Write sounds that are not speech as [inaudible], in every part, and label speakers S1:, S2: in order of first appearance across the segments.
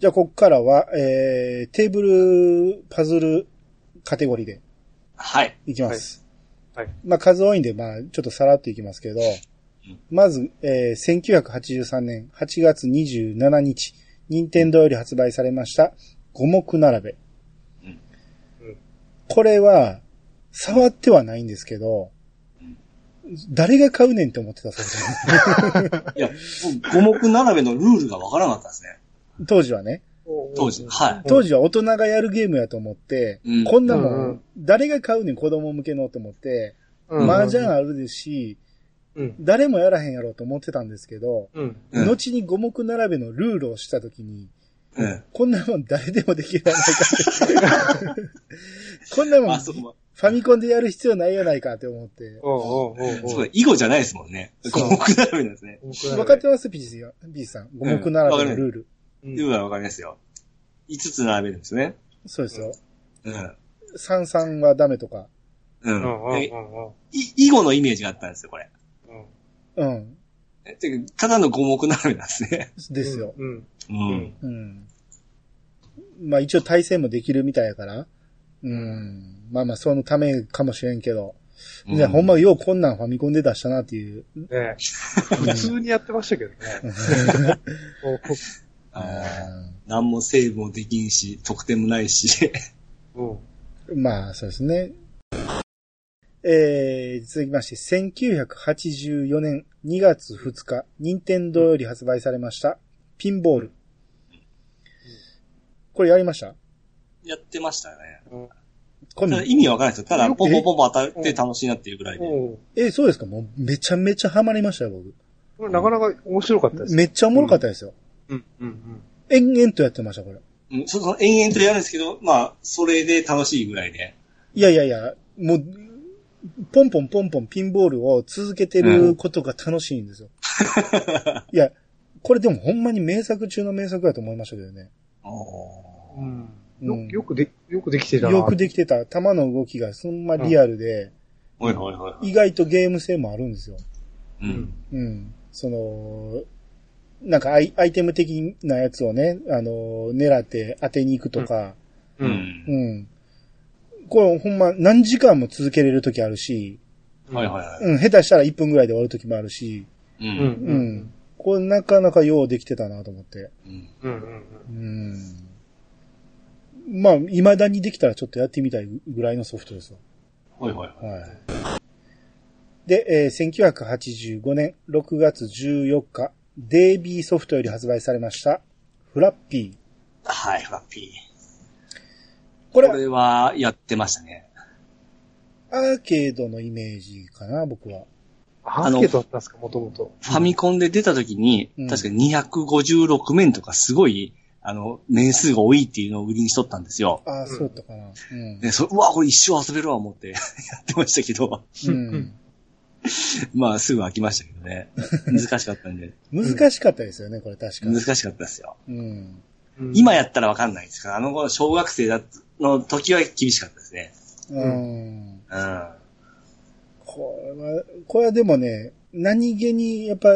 S1: じゃあ、こっからは、えー、テーブル、パズル、カテゴリーで
S2: はい。
S1: いきます。
S3: はいはい
S1: まあ、数多いんで、まあ、ちょっとさらっといきますけど、まず、えー、1983年8月27日、任天堂より発売されました、五目並べ。
S2: うん
S3: うん
S1: これは、触ってはないんですけど、誰が買うねんって思ってたそうです。
S2: いや、五目並べのルールがわからなかったですね。
S1: 当時はね。
S2: 当時。はい。
S1: 当時は大人がやるゲームやと思って、
S2: うん
S1: こんなも
S3: うんうんん、
S1: 誰が買うねん子供向けのと思って、
S3: うん
S1: 麻雀あるですし、
S3: うん。
S1: 誰もやらへんやろうと思ってたんですけど、
S3: うん。
S2: うん
S1: 後に五目並べのルールをしたときに、
S2: うん。
S1: こんなもん [laughs] 誰でもできるやないかって。こんなもん
S2: あ、そ
S1: フ
S2: こ
S1: ァミコンでやる必要ないやないかって思って。
S3: おうおうおう
S2: そう
S3: お
S2: だ、囲碁じゃないですもんね。
S1: そ
S2: 五
S1: う
S2: 目並べなんですね。
S3: う。
S1: 分かってますピーチさん。ピーチさん。五目並べのルール。
S3: うん
S2: ルールはわかりますよ。五つ並べるんですね。
S1: そうですよ。
S2: うん。
S1: 三三はダメとか。
S2: う
S3: うんん。うん
S2: で
S3: うん
S2: い囲碁のイメージがあったんですよ、これ。
S3: うん。
S1: うん。
S2: えてかただの五目並べなんですね。
S1: ですよ。
S3: うん。
S2: う
S3: うんん。。
S1: うん。まあ一応対戦もできるみたいやから。うん。まあまあそのためかもしれんけど。ね、ほんまようこんなんファミコンで出したなっていう。
S3: ね普通にやってましたけどね。
S2: あー何もセーブもできんし、得点もないし。 [laughs]
S3: おう
S1: まあ、そうですね。えー、続きまして、1984年2月2日、任天堂より発売されました、ピンボール。これやりました
S2: やってましたよね。
S3: うん。
S1: こ
S2: ただ
S1: れ
S2: 意味わからないですよ。ただポンポンポンポン当たって楽しいなっていうぐらいで。
S3: おう
S1: えー、そうですかもうめちゃめちゃハマりましたよ、僕。
S3: これなかなか面白かったです。
S1: めっちゃおもろかったですよ。
S3: うん。うん。
S1: 延々とやってました、これ。
S2: うん、その延々とやるんですけど、まあ、それで楽しいぐらいで。
S1: いやいやいや、もう、ポンポンポンポンピンボールを続けてることが楽しいんですよ。いや、これでもほんまに名作中の名作だと思いましたけどね。
S2: おー
S3: うん。
S1: う
S3: よ
S1: ん
S3: よくで、よくできてたな。
S1: よくできてた。球の動きがそんなリアルで、
S2: おいおいおいおい。
S1: 意外とゲーム性もあるんですよ。
S2: う。
S3: うんん。
S1: うん。その、なんかアイアイテム的なやつをね、あの、狙って当てに行くとか、
S2: う。
S3: うん。
S1: うんん。これほんま何時間も続けれる時あるし、
S2: はいはいは
S1: うん、下手したら1分ぐらいで終わる時もあるし、
S2: い。う
S3: うんん。う
S1: うん。
S3: ん。
S1: これなかなかようできてたなと思って。
S2: うん。
S3: うん。うん。
S1: うん。まあ、未だにできたらちょっとやってみたいぐらいのソフトですよ。
S2: はいはいはい。
S1: はい。で、えー1985年6月14日、デイビーソフトより発売されました、フラッピー。
S2: はい、フラッピー。
S1: こ
S2: こ
S1: れ、
S2: れはやってましたね。
S1: アーケードのイメージかな、僕は。
S3: アンケートだったんですか、もともと。
S2: ファミコンで出た時に
S1: うん、
S2: 確か256面とかすごい、あの、面数が多いっていうのを売りにしとったんですよ。
S1: ああ、
S3: ん
S1: そうだったかな。
S2: [laughs]
S1: うん。
S2: で、それ、うわ、これ一生遊べるわ、思って [laughs] やってましたけど、 [laughs]
S1: うん、
S2: まあ、すぐ飽きましたけどね。難しかったんで、
S1: 難しかったですよね、これ確か
S2: 難しかったですよ。
S1: うん。
S2: 今や
S3: っ
S2: ったらわかんないですから、あの頃、小学生だの時は厳しかったですね。
S1: うん。
S2: うん。
S1: これは、これはでもね、何気にやっぱ、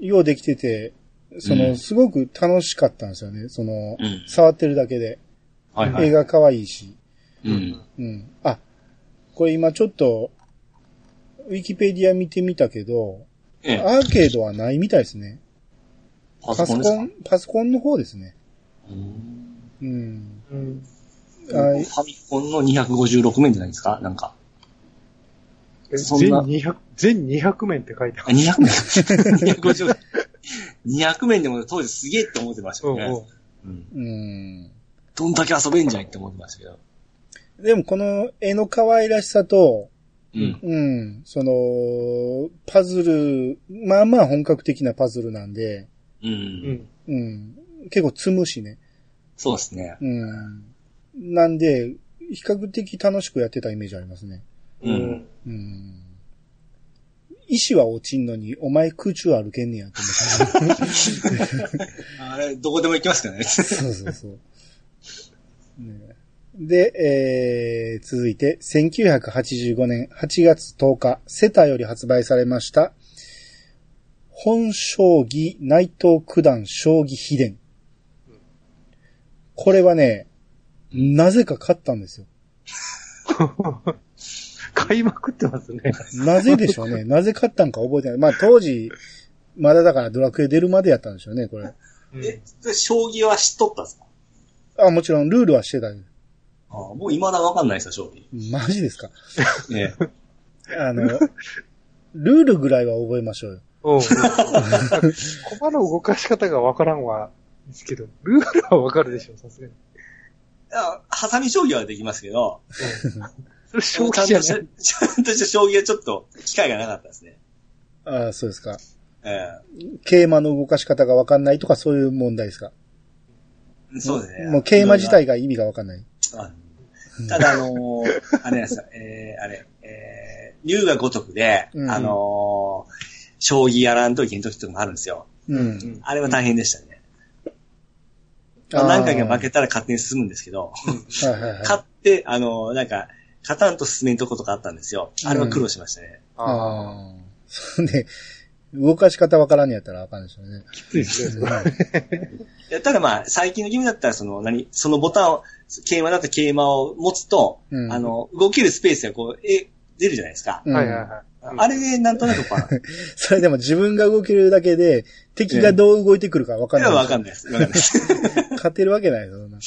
S1: ようできてて、その、
S2: うん
S1: すごく楽しかったんですよね。その、
S2: うん
S1: 触ってるだけで。
S2: はいは
S1: 映
S2: い。
S1: 画可愛いし。
S2: うん。
S1: うん。あ、これ今ちょっと、ウィキペディア見てみたけど、
S2: ええ、
S1: アーケードはないみたいですね。
S2: パ
S1: パ
S2: ソ
S1: ソ
S2: コンです
S1: コ
S2: か
S1: ン、パソコンの方ですね。
S2: うん
S1: うん。
S3: うん。
S2: フ
S1: はい
S2: ァミコンの256面じゃないですかなんか。
S3: え
S2: そ
S3: 全
S2: んな
S3: 200、全200面って書いてあ
S2: あ、200面 ?250 面。200面でも当時すげえって思ってました
S3: る。
S2: よ
S3: うんう
S2: ね。
S3: ん
S2: うん。
S1: うん。
S2: どんだけ遊べんじゃいって思ってましたけど。
S1: でもこの絵の可愛らしさと、
S2: うん。
S1: うん、その、パズル、まあまあ本格的なパズルなんで、
S2: う。
S3: うんん。
S1: うん、結構積むしね。
S2: そうですね。
S1: うん。なんで、比較的楽しくやってたイメージありますね。
S2: う
S3: うんん。
S1: うん。石は落ちんのに、お前空中歩けんねやって思った。
S2: あれ、どこでも行きますからね。
S1: そうそうそう。ねで、えー、続いて、1985年8月10日、セタより発売されました、本将棋内藤九段将棋秘伝。これはね、なぜか買ったんですよ。
S3: [laughs] 買いまくってますね。
S1: なぜでしょうね。なぜ買ったんか覚えてない。まあ当時、まだだからドラクエ出るまでやったんでしょうね、これ。
S3: うん
S2: え、将棋は知っとったんですか
S1: あ、もちろんルールはしてた。
S2: ああもう未だわかんないですよ、将
S1: マジですか。
S2: 棋。ええ。
S1: あの、ルールぐらいは覚えましょうよ。
S3: うん。駒の動かし方がわからんわ。ですけど、ルールはわかるでしょ、さすがに。
S2: あハサミ将棋はできますけど、
S3: それ
S2: ちゃんとし
S3: 正気じゃ
S2: た、
S3: な
S2: ち
S3: い。
S2: ゃんとした将棋はちょっと機会がなかったですね。
S1: ああ、そうですか。
S2: え
S1: 桂馬の動かし方がわかんないとかそういう問題ですか。
S2: え。そうですね。
S1: もう桂馬自体が意味がわかんない。
S2: あただ、あのーあれなんですよ、えー、あれ、えー、竜が如くで、
S1: うん
S2: あのー将棋やらんといけん時とかもあるんですよ。
S1: うん。
S2: あれは大変でしたね。
S1: あー
S2: 何回か負けたら勝手に進むんですけど、
S1: はいはいはい。
S2: 勝って、あのーなんか、勝たんと進めんとことかあったんですよ。あれは苦労しましたね。
S3: ああ、
S1: ああ。そうね。動かし方わからんのやったらあかんでしょうね。
S3: きついですね。
S2: いやただまあ、最近のゲームだったら、その、何、そのボタンを、桂馬だと桂馬を持つと、
S1: うん
S2: あの、動けるスペースがこう、え、出るじゃないですか。
S1: うん
S3: はいはいはい。うん
S2: あれでなんとなく
S1: [laughs]
S2: パー。
S1: それでも自分が動けるだけで、敵がどう動いてくるかわか
S2: こ
S1: ん
S2: れ
S1: ない。
S2: はわかんないです。わかんないです。
S1: 勝てるわけないよ、そんな。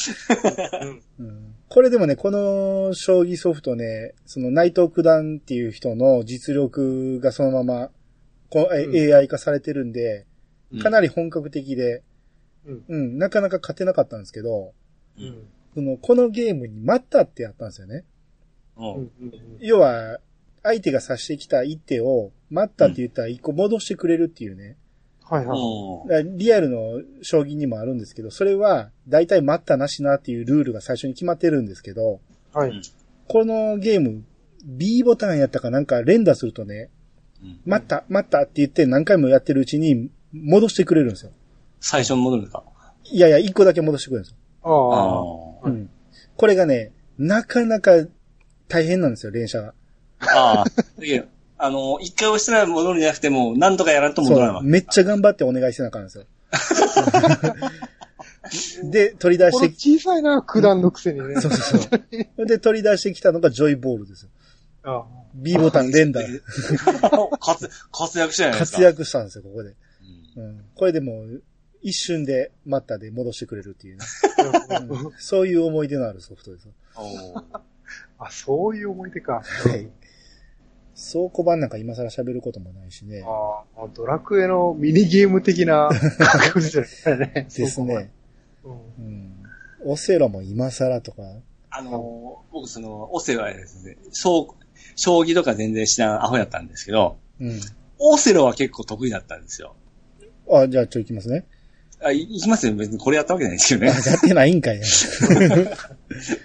S3: うん
S1: うんこれでもね、この将棋ソフトね、その内藤九段っていう人の実力がそのままこうえ
S3: う
S1: AI 化されてるんで、 [laughs] かなり本格的で、
S3: うん
S1: うん、なかなか勝てなかったんですけど、
S2: うん
S3: うん
S1: そのこのゲームに待ったってやったんですよね。
S2: うん
S3: うんうん
S1: 要は、相手が指してきた一手を待ったって言ったら一個戻してくれるっていうね。
S3: はいはい。
S1: だからリアルの将棋にもあるんですけど、それは大体待ったなしなっていうルールが最初に決まってるんですけど、
S3: はい。
S1: このゲーム、B ボタンやったかなんか連打するとね、
S2: うん
S1: 待った、待ったって言って何回もやってるうちに戻してくれるんですよ。
S2: 最初に戻るんですか
S1: いやいや、一個だけ戻してくれるんですよ。
S3: ああ。
S2: ー
S1: うん。これがね、なかなか大変なんですよ、連射が。
S2: あー。いやあの、一回押したら戻るんじゃなくても、何とかやらんと戻らない
S1: そ
S2: わ
S1: う、
S2: け。
S1: めっちゃ頑張ってお願いしてなあかんんですよ。
S2: [laughs]
S1: で、取り出し
S3: こ
S1: て
S3: れ
S1: き
S3: 小さいな、九段のくせにね。
S1: そうそうそう。で、取り出してきたのがジョイボールですよ。
S3: あ
S1: B ボタン連打。
S2: [laughs] 活活躍したじゃないですか。
S1: 活躍したんですよ、ここで。
S2: うん。
S1: うん。これでもう、一瞬で、待ったで戻してくれるっていうね。
S3: あ
S1: うんそういう思い出のあるソフトです。
S2: おー
S3: あ、そういう思い出か。
S1: はい。倉庫版なんか今更喋ることもないしね。
S3: ああ、ドラクエのミニゲーム的な感じですね。
S1: [laughs] ですね。
S3: そこは。うん
S1: うん。オセロも今更とか。
S2: あの、僕その、オセロはですね、将将棋とか全然知らんアホやったんですけど、
S1: うん。
S2: オセロは結構得意だったんですよ。
S1: あ、じゃあちょい行きますね。 [laughs]
S2: あいいきますよ。別にこれやったわけじゃないですよね。
S1: やってないんかいな。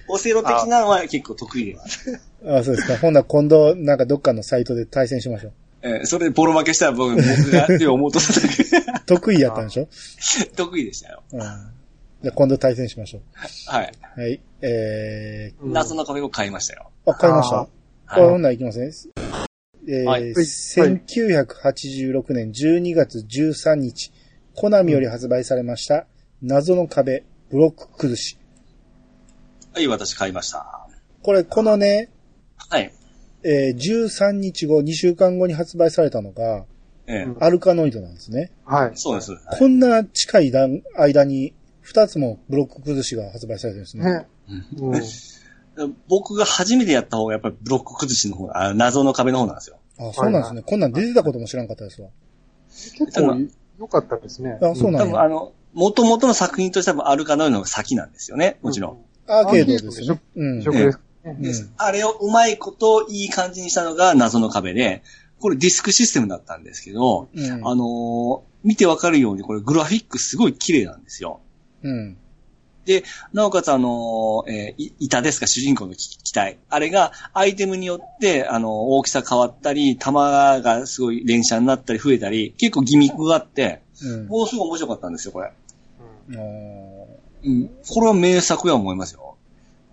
S2: オセロ的なのは結構得意です。
S1: あ、そうですか。ほんなら今度、なんかどっかのサイトで対戦しましょう。
S2: えーそれでボロ負けしたら僕僕がって思うとっただけ
S1: 得意やったんでしょ
S2: [laughs] 得意でしたよ。
S1: うん。じゃあ今度対戦しましょ
S2: はい。
S1: う。はい。え
S3: うん
S2: 謎の壁を買いましたよ。
S1: ー、わかりました
S3: あ。
S1: これほんなら行きますね。えー
S2: はい
S1: 1986年12月13日、コナミより発売されました、謎の壁、ブロック崩し。
S2: はい、私買いました。
S1: これ、このね、
S2: はい。
S1: えー13日後、2週間後に発売されたのが、
S2: ええ
S3: うん
S1: アルカノイドなんですね。
S3: はい。
S2: そうです。はい
S1: こんな近い段間に、2つもブロック崩しが発売されてるんですね。
S3: ね。
S2: うん
S3: うん。
S2: 僕が初めてやった方がやっぱりブロック崩しの方が、あ謎の壁の方なんですよ。
S1: あ、そうなんですね。こんなん出てたことも知らんかったですわ。
S3: 結構良かったですね。
S1: あそうなん
S2: 多
S1: や
S2: 分あの、元々の作品としては多分アルカノイドの方が先なんですよね、もちろん。
S1: アーケードですよね。うん
S3: うん。食です。
S2: で
S1: うん
S2: あれをうまいこといい感じにしたのが謎の壁で、これディスクシステムだったんですけど、
S1: うん
S2: あのー見てわかるようにこれグラフィックすごい綺麗なんですよ。
S1: うん。
S2: なおかつあのーえーい板ですか、主人公の機機体。あれがアイテムによって、あのー大きさ変わったり、弾がすごい連射になったり増えたり、結構ギミックがあって、
S1: うん。
S2: ものすごい面白かったんですよ、これ。
S3: うん
S1: あ
S2: うん。これは名作や思いますよ。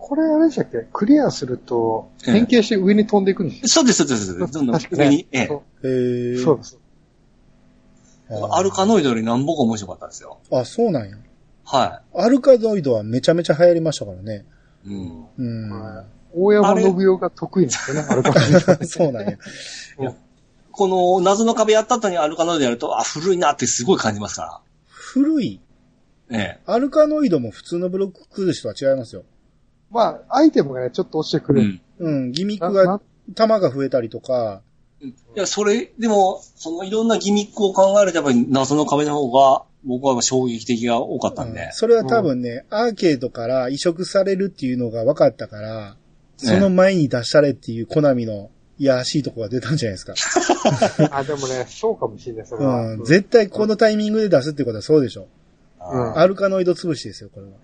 S3: これあれでしたっけクリアすると、
S2: ええ
S3: 変形して上に飛んでいくんですよ。
S2: そうです、そうです、そうです。どんどん
S3: 確か
S2: 上にえ
S3: ね、
S2: え。
S1: ーへえ。
S3: そうそうです。
S1: あー
S2: アルカノイドより何ぼか面白かったですよ。
S1: あ、そうなんや。
S2: は
S1: アルカゾイドはめちゃめちゃ流行りましたからね。
S2: い。うん。
S1: うん。
S3: はい大山信代が得意なんですよね、アルカ
S2: [laughs]
S3: ゾイ
S1: [laughs]
S3: ド。
S1: そうなんや。
S2: この謎の壁やった後にアルカノイドやると、あ、古いなってすごい感じますか
S1: 古い。
S2: ら。え
S1: アルカノイドも普通のブロック崩しとは違いますよ。
S3: まあ、アイテムがね、ちょっと落ちて
S2: え。
S3: くる。。
S1: うん、ギミッ
S3: な
S1: ク
S3: な
S1: が、弾が増えたりとか、
S2: いや、それ、でも、そのいろんなギミックを考えると、やっぱり謎の壁の方が、僕は衝撃的が多かったん
S1: う
S2: で
S1: ん。それは多分ね、アーケードから移植されるっていうのが分かったから、その前に出したれっていうコナミのいやらしいとこが出たんじゃないですか。
S3: あ、でもね、そうかもしれない、それは。
S1: うん、絶対このタイミングで出すってことはそうでしょ。
S3: うん
S1: アルカノイド潰しですよ、これは。
S3: うん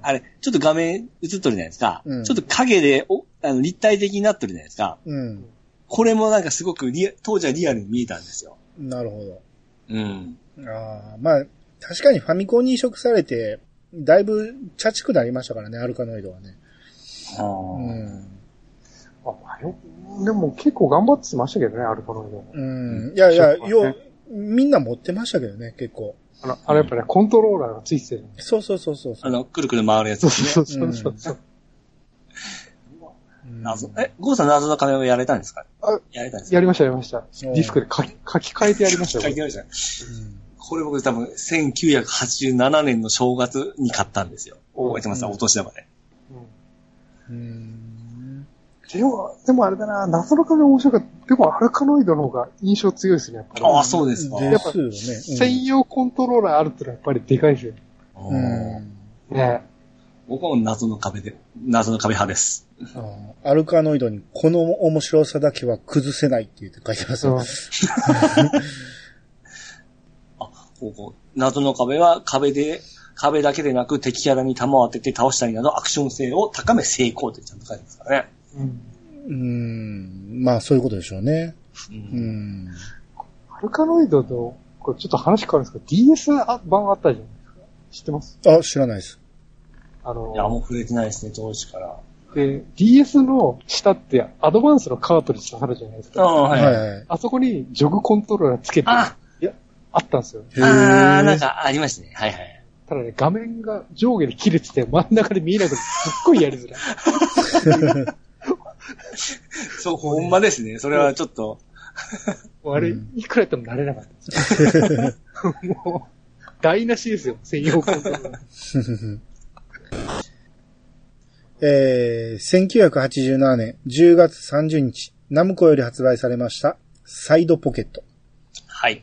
S2: あれ、ちょっと画面映っとるじゃないですか。
S1: うん
S2: ちょっと影でおあの立体的になっとるじゃないですか。
S1: うん。
S2: これもなんかすごくリア当時はリアルに見えたんですよ。
S1: なるほ
S2: うん。
S1: ど。ああ、まあ、確かにファミコンに移植されて、だいぶ茶畜くなりましたからね、アルカノイドはね。うん。
S3: あまあよでも結構頑張ってましたけどね、アルカノイド。
S1: うん。いやいや、
S3: そうです
S1: よ
S3: ね
S1: う、みんな持ってましたけどね、結構。
S3: あの、あれやっぱね、コントローラーがついてる。
S1: そうそうそうそうそ
S2: あ
S1: う。
S2: の、くるくる回るやつ
S3: そ
S2: で
S3: う
S2: すね。
S3: そうそうそうそう。
S1: うん
S2: 謎え、ゴーさん謎の仮面はやれたんですか
S3: あ
S2: やれたんですか
S3: やりました、やりました。
S1: うん
S3: ディスクで書き書き換えてやりました
S2: 書い
S3: よ。
S2: てあるじゃんこれ僕多分1987年の正月に買ったんですよ。覚えてます
S1: うん
S2: お年玉で。
S3: うん
S1: うん。うん
S3: でも、でもあれだな、謎の壁面白かった。でもアルカノイドの方が印象強いですね、やっぱり。
S2: ああ、そうですか。
S1: で
S3: やっぱ
S1: すよね
S3: 専。用コントローラーあるってのはやっぱりでかいですよ。
S1: う
S2: うん
S1: んう
S2: うん
S1: ん
S3: ね
S2: 僕はもう謎の壁で、謎の壁派です。
S1: あーアルカノイドにこの面白さだけは崩せないって言って書いてます
S3: そう
S1: よ。。
S2: こうこう謎の壁は壁で、壁だけでなく敵キャラに弾を当てて倒したりなどアクション性を高め成功ってちゃんと書いてますからね。
S3: うん。
S1: うん。まあそういうことでしょうね。
S2: う
S1: うんん。
S3: アルカノイドと、これちょっと話変わるんですけど、DS 版あったじゃないですか。知ってます
S1: あ、知らないです。
S3: あの
S2: いや、もう触れてないですね、当時から。
S3: で、DS の下ってアドバンスのカートリッジ刺さるじゃないですか。
S2: あ、
S1: はいはい。
S3: あそこにジョグコントローラーつけてあ
S2: あ、
S3: ったんですよ。
S2: あーなんかありましたね。はいはい。
S3: ただね、画面が上下で切れてて真ん中で見えなくてすっごいやりづらい。
S2: [laughs] そう、ほんまですね。それはちょっと、
S3: もうあれ、
S1: うん
S3: いくらやっても慣れなかったですよ。もう、台無しですよ、専用コントローラー。
S1: [laughs] えー、1987年10月30日、ナムコより発売されました、サイドポケット。
S2: はい。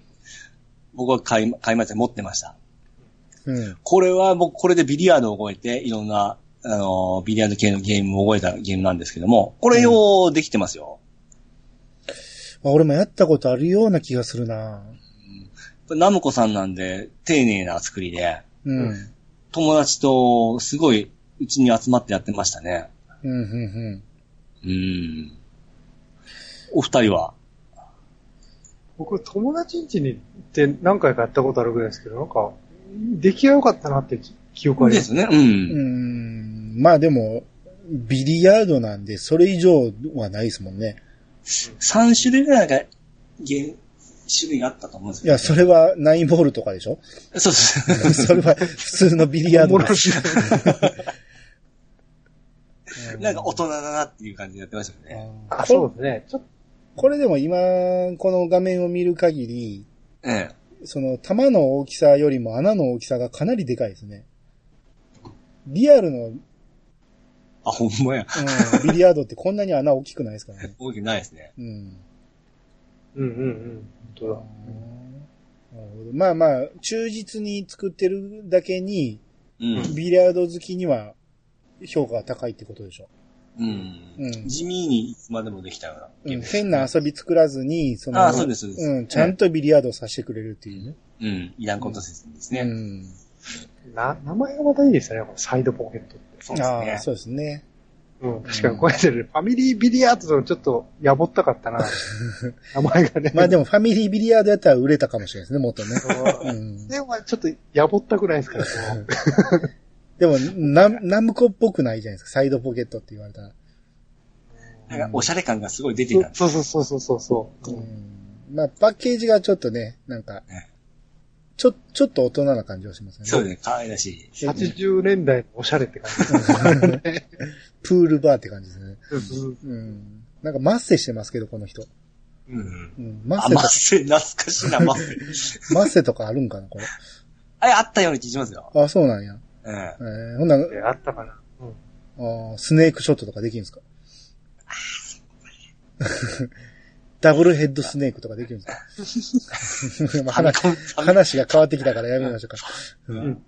S2: 僕は買い、買いました。持ってました。
S1: うん。
S2: これは僕、これでビリヤードを覚えて、いろんな、あのー、ビリヤード系のゲームを覚えたゲームなんですけども、これをできてますよ。
S1: あ俺もやったことあるような気がするな
S2: ナムコさんなんで、丁寧な作りで、
S1: うん。うん、
S2: 友達と、すごい、うちに集まってやってましたね。
S1: うん、う。
S2: うん。お二人は
S3: 僕、友達ん家に行って何回かやったことあるぐらいですけど、なんか、出来が良かったなってき記憶あり
S2: で
S3: ます。
S2: すね。うん。
S1: うんん。まあでも、ビリヤードなんで、それ以上はないですもんね。
S2: 三種類ぐらいなんか、ゲーム、種類があったと思うんです
S1: い
S2: けど。
S1: や、それはナインボールとかでしょ
S2: そうそう。
S1: それは普通のビリヤード
S3: おも
S1: だ
S3: ろい
S1: [laughs] うん
S2: なんか大人だなっていう感じでやってましたよね。
S1: あ
S3: あ、
S1: こ
S3: そう
S1: れ
S3: ですね。ちょっ
S1: これでも今、この画面を見る限り、
S2: ええ。
S1: その弾の大きさよりも穴の大きさがかなりでかいですね。リアルの、う
S2: [laughs]
S1: ん
S2: あ、ほんまや。
S1: ビリヤードってこんなに穴大きくないですからね。
S2: 大きくないですね。
S1: うん。
S3: と、うんうんうん。本当だ。
S1: なるほどまあまあ、忠実に作ってるだけに、
S2: うん。
S1: ビリヤード好きには評価が高いってことでしょ。
S2: うん。
S1: うん
S2: 地味にいつまでもできたような
S1: う
S2: ゲー
S1: ん、
S2: ム。
S1: 変な遊び作らずに、その、
S2: ああ、そうです、そうです。
S1: うん、ちゃんとビリヤードさせてくれるっていうね。
S2: うん。いらんことせずにです
S1: う
S2: ね。
S1: ん。
S3: な、名前がまたいいですね、このサイドポケットって。
S2: そうです
S1: ああ、
S2: ね。
S1: そうですね。
S3: うん、確かにこれで、ファミリービリヤードとちょっとやぼったかっ
S1: [laughs]
S3: たな。名前がね。
S1: まあでもファミリービリヤードやったら売れたかもしれないですね、もっと
S2: [laughs]
S1: ね。
S3: う
S1: うんん。
S3: でもまあちょっとやぼったくないですから、その
S1: でも、ナナムコっぽくないじゃないですか。サイドポケットって言われたら。
S2: なんか、おしゃれ感がすごい出てたんです。
S3: そうそうそうそうそうそう
S1: うんまあ、パッケージがちょっとね、なんか
S2: ね、
S1: ちょ、ちょっと大人な感じはしますね。
S2: そうですね、可愛らしい。
S1: うん
S3: 80年代のおしゃれって感じ。
S1: [laughs] プールバーって感じですね。
S3: うん
S1: うん。なんかマッセしてますけど、この人。
S2: うん。
S1: うん。マ
S2: あ、
S1: ッセ
S2: マッ
S1: と
S2: セ、懐かしいな、マッセ。
S1: か、マッセとかあるんかな、これ。
S2: あれ、あったような気しますよ。
S1: あ、そうなんや。
S2: うん。
S1: えー、ほんなら、
S3: えあったかな。うん
S1: あースネークショットとかできるんですか [laughs] ダブルヘッドスネークとかできるんですか、 [laughs] まあ話話が変わってきたからやめましょうか。
S3: ん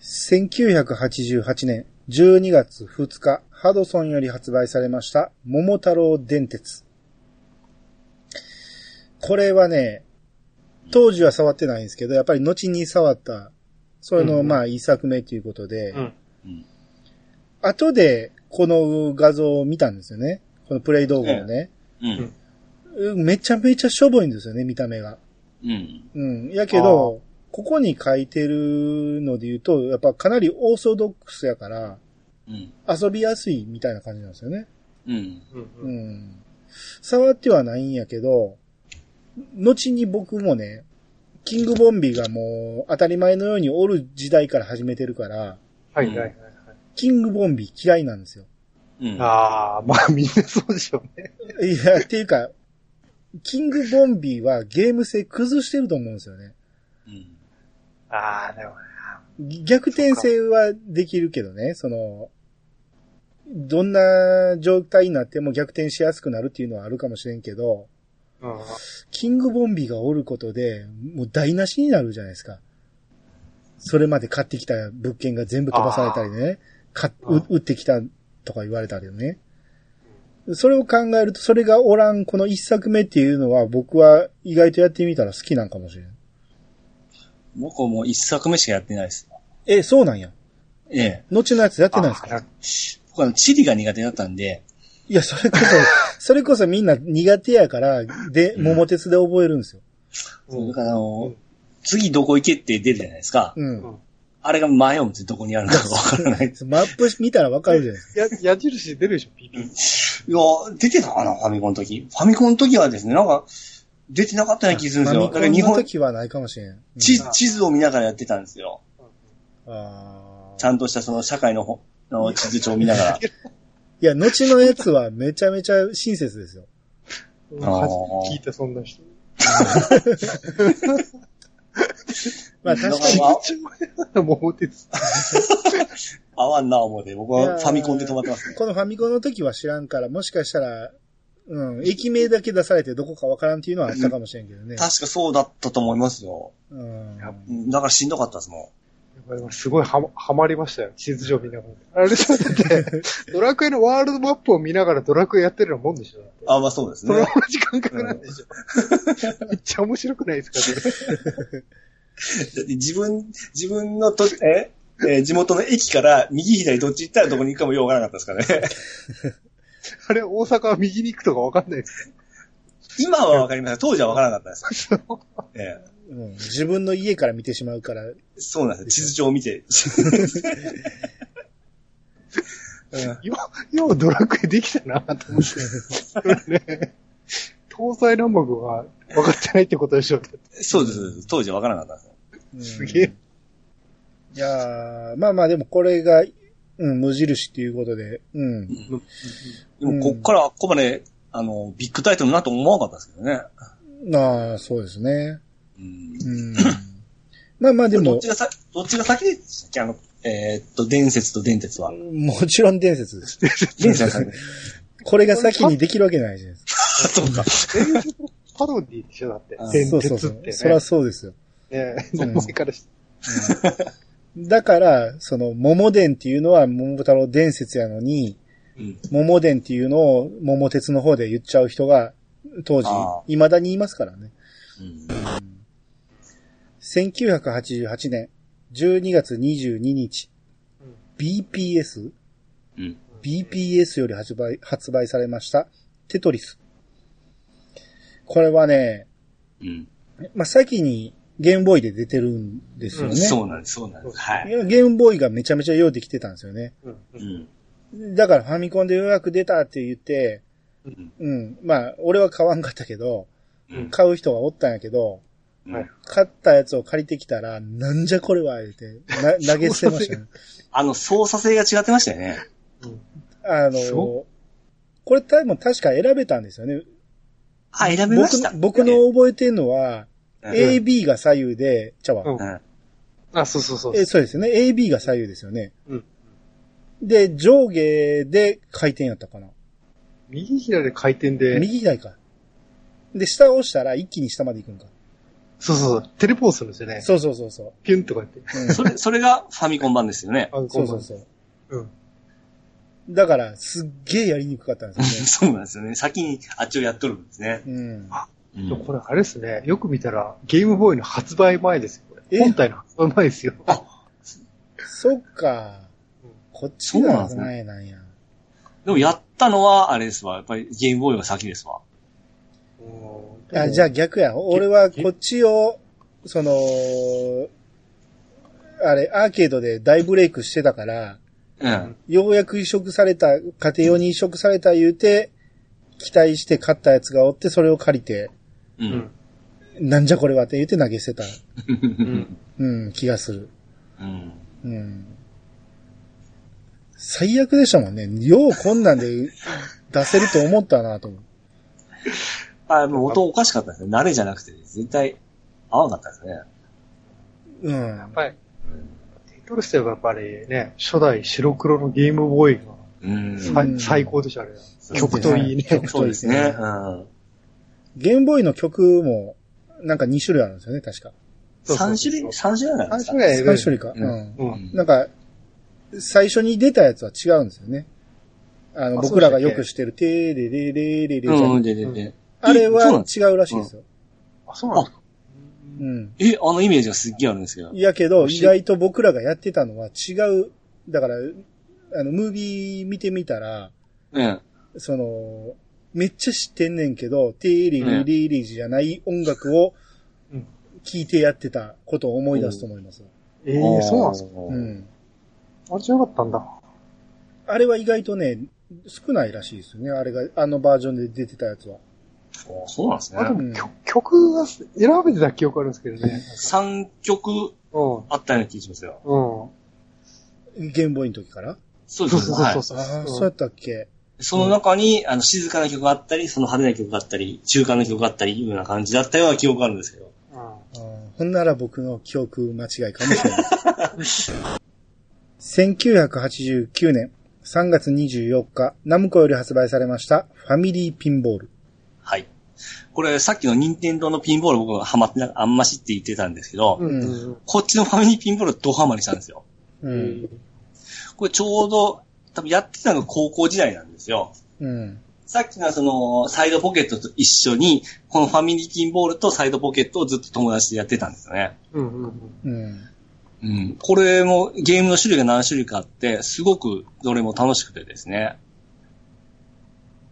S1: 1988年12月2日、ハドソンより発売されました、桃太郎電鉄。これはね、当時は触ってないんですけど、やっぱり後に触った、それの、
S3: うん
S1: まあ、一作目ということで、
S3: うん
S1: 後で、この画像を見たんですよね。このプレイ動画をね。
S2: うん。
S1: うんめちゃめちゃしょぼいんですよね、見た目が。
S2: うん。
S1: うん。やけ
S3: あ
S1: ど、ここに書いてるので言うと、やっぱかなりオーソドックスやから、
S2: うん。
S1: 遊びやすいみたいな感じなんですよね。
S2: うん。
S3: うん
S1: う
S3: うん
S1: ん。触ってはないんやけど、後に僕もね、キングボンビーがもう当たり前のようにおる時代から始めてるから、
S3: はいはいはいはい。
S1: キングボンビー嫌いなんですよ。
S2: うん。
S3: ああ、まあみんなそうでしょうね。
S1: いや、っていうか、キングボンビーはゲーム性崩してると思うんですよね。
S2: うん。
S3: ああ、でもね。
S1: 逆転性はできるけどね、その、どんな状態になっても逆転しやすくなるっていうのはあるかもしれんけど、
S3: うん
S1: キングボンビーがおることで、もう台無しになるじゃないですか。それまで買ってきた物件が全部飛ばされたりね、買っ
S3: あー
S1: う打ってきたとか言われたりね。それを考えると、それがおらん、この一作目っていうのは僕は意外とやってみたら好きなんかもしれん。
S2: 僕はもう一作目しかやってないです。
S1: え、そうなんや。
S2: ええ。
S1: 後のやつやってないんですか
S3: あー
S2: 僕は地理が苦手だったんで、
S1: いや、それこ
S2: [laughs]
S1: そ、それこそみんな苦手やから、で、
S2: うん
S1: 桃鉄で覚えるんですよ。
S3: うん
S2: だからあの、
S3: うん
S2: 次どこ行けって出るじゃないですか。
S1: うん。
S2: あれが前を向いてどこにあるの [laughs] かわからない。
S1: マップ見たらわかるじゃないですか。
S3: や矢印出るでしょ、ピピ。
S2: いや、出てたかな、ファミコンの時。ファミコンの時はですね、なんか、出てなかったような気するんですよ。だ
S1: フ
S2: か
S1: ァ
S2: ら
S1: ミ
S2: 日
S1: コンの
S2: 本、
S1: 時はないかもしれん。うん
S2: 地地図を見ながらやってたんですよ。
S1: あ
S2: ち
S1: ー
S2: ゃんとしたその社会のほあの地図帳を見ながら。
S1: いや、後のやつはめちゃめちゃ親切ですよ。
S3: うん
S2: あー
S3: 初めて聞いた、そんな人。
S1: まあ確か
S2: だ
S1: に
S2: か、ら
S3: [laughs] 桃鉄。
S2: 合わんな思うて、僕はファミコンで止まってますね。
S1: このファミコンの時は知らんから、もしかしたら、うん、駅名だけ出されてどこかわからんっていうのはあったかもしれんけどね。
S2: 確かそうだったと思いますよ。
S1: うん
S3: やっ
S2: うんだからしんどかったですも
S3: やっぱりすごいはまはまりましたよ。地図上見ながら。あれだって、ドラクエのワールドマップを見ながらドラクエやってるようなもんでしょ。
S2: ん。あ、まあそうです
S3: その
S2: ね。
S3: 同じ感覚なんでしょ。めっちゃ面白くないですかね。
S2: だって自分、自分のと、ええー地元の駅から右左どっち行ったらどこに行くかもようわからなかったですからね。
S3: あれ、大阪は右に行くとかわかんないです。
S2: 今はわかりません。当時はわからなかったです。ええ
S1: うん自分の家から見てしまうから、う
S2: そうなんですよ。地図帳を見て。うん
S3: よう、ようドラクエできたなと思って。それね東西南北は分かってないってことでしょう。
S2: そうですそうです。当時はわからなかったです。
S1: ん
S3: すげえ。
S1: いやーまあまあでもこれが、うん、無印っていうことで、うん。
S2: でも、こっからあっこまで、あの、ビッグタイトルになと思わなかったですけどね。
S1: なあ、そうですね。
S2: うん
S3: [coughs]
S1: うん。まあまあで
S2: どっ
S1: も
S2: ち、がさ、どっちが先でしたっけあの、えーっと、伝説と伝説は。
S1: もちろん伝説です。
S2: 伝説は先です。
S1: これが先にできるわけないじゃないですか。
S2: あそうか。
S3: パロディでしょ、だって
S2: あ。
S3: 伝
S1: そうそう
S3: 説
S1: そ
S3: っ
S1: う
S3: て、。ね。
S1: そりゃそうですよ。
S3: ね
S1: うん
S3: 前からし
S1: だから、その、桃伝っていうのは桃太郎伝説やのに、
S2: うん
S1: 桃伝っていうのを桃鉄の方で言っちゃう人が、当時
S2: ああ、
S1: 未だにいますからね。
S2: うん
S1: 1988年12月22日、
S3: うん
S1: BPS、
S2: うん。
S1: BPS より発売、発売されました、テトリス。これはね、
S2: うん。
S1: まあ、先にゲームボーイで出てるんですよね。
S2: そうなんです、そうなんです。はいい。
S1: やゲームボーイがめちゃめちゃようできてたんですよね。
S3: うん
S2: う
S3: うん
S2: ん。
S1: だからファミコンでようやく出たって言って、
S2: うん。
S1: うん、まあ、俺は買わんかったけど、
S2: うん
S1: 買う人がおったんやけど、
S3: はい
S1: 買ったやつを借りてきたら、なんじゃこれは、言うて、
S2: [laughs]
S1: な、投げ捨てましたね。
S2: あの、操作性が違ってましたよね。
S1: あの
S3: そ
S1: これ多分確か選べたんですよね。
S2: あ、選べま
S1: 僕
S2: した。
S1: の僕の覚えてるのは、
S2: うん、
S1: AB が左右で、ちゃうわ
S3: う
S2: う
S3: ん
S2: ん
S3: あ、そうそうそう。
S1: えそうですよね。AB が左右ですよね。
S3: うん
S1: で、上下で回転やったかな。
S3: 右左で回転で、
S1: 右左か。で、下を押したら一気に下まで行くんか。
S3: そうそうそう、テレポーするんですよね。
S1: そうそうそうそう。
S3: ピュンとか言って。
S1: うん
S2: [laughs] それ、それがファミコン版ですよ
S3: [laughs]
S2: ね。
S3: あ、
S1: そうそうそう。
S3: う。うん。
S1: だから、すっげえやりにくかったんですよね。
S2: そうなんですよね。先にあっちをやっとるんですね。
S1: うん。
S2: う
S3: でも
S2: ん
S3: これあれですね、よく見たら、ゲームボーイの発売前ですよ、これ。
S1: え
S3: 本体の発売前ですよ。
S1: そっか
S3: うん。
S1: こっちが前なんや。
S2: でもやったのは、あれですわ。やっぱりゲームボーイが先ですわ。
S1: あじゃあ逆や。俺はこっちを、その、あれ、アーケードで大ブレイクしてたから、
S2: うん。
S1: ようやく移植された、家庭用に移植された言うて、期待して買ったやつがおって、それを借りて、
S2: う
S3: うんん。。
S1: なんじゃこれはって言うて投げ捨てた、
S2: うん。
S1: うん、気がする。
S2: うん。
S1: うん。最悪でしたもんね。ようこんなんで出せると思ったなと思う。
S2: あ、もう音おかしかったですね。慣れじゃなくて、絶対合わなかったですね。
S1: うん
S3: やっ。ぱり、テトリスといえばやっぱりね、初代白黒のゲームボーイが
S2: うん。
S3: さい
S1: うん
S3: 最高でしょ、あれ。
S1: 曲
S3: 極
S1: と
S3: と
S1: い
S3: い
S1: い
S3: い
S1: ね
S3: ね。
S2: そうですね。うん。
S1: ゲームボーイの曲も、なんか2種類あるんですよね、確か。
S3: そうそうそう
S2: 三種類、三種類なんですか
S3: 三種類
S1: 3種類か。
S2: う
S1: うん。
S3: う。
S2: うんん
S1: なんか、最初に出たやつは違うんですよね。あの、
S3: あ
S1: 僕らが
S3: そうでしたっけ
S1: よくしてる、てーれれれれれ
S2: う
S1: じゃ
S2: んうん、
S1: ん
S2: で、で、で。
S1: あれ
S2: そうなん
S1: は
S2: で
S1: 違うらしいですよ。
S3: あ、そうなんですか。
S1: うん。
S2: え、あのイメージがすっげえあるんですけど。
S1: いやけど、
S2: し
S1: 意外と僕らがやってたのは違う。だから、あの、ムービー見てみたら、
S2: うん。
S1: その、めっちゃ知ってんねんけど、てーれれれれじゃない音楽を
S3: うん
S1: 聴いてやってたことを思い出すと思います。
S3: ええ、そうなんですか。
S1: う
S2: か
S1: ん。
S3: あれじゃなかったんだ。
S1: あれは意外とね、少ないらしいですよね。あれが、あのバージョンで出てたやつは。
S2: そうなんですね
S3: あ、。で
S1: うん
S3: も曲曲が選べてた記憶あるんですけどね。
S2: 三曲
S3: うん。
S2: あったような気がしますよ。
S3: うん。
S1: ゲームボーイの時から。
S2: そう
S3: そ
S2: で
S3: う
S2: す
S3: そ
S2: ね。
S3: う
S2: はい
S3: そう。そう。
S1: ああ、そう
S3: う
S1: やっ
S3: ん
S1: たっけ。
S2: その中に、あの、静かな曲があったり、その派手な曲があったり、中間の曲があったり、いうような感じだったような記憶があるんですけど。
S1: あーほんなら僕の記憶間違いかもしれない。1989年3月24日、ナムコより発売されましたファミリーピンボール。
S2: はい。これ、さっきの任天堂のピンボール僕はハマってな、あんましって言ってたんですけど、
S3: うんうん
S2: こっちのファミリーピンボールドハマりしたんですよ。
S1: う。
S3: うんん。
S2: これちょうど、多分やってたのが高校時代なんですよ。
S1: うん。
S2: さっきのその、サイドポケットと一緒に、このファミリーピンボールとサイドポケットをずっと友達でやってたんですよね。
S3: うんうんうん。
S1: うん。
S2: うん。これもゲームの種類が何種類かあって、すごくどれも楽しくてですね、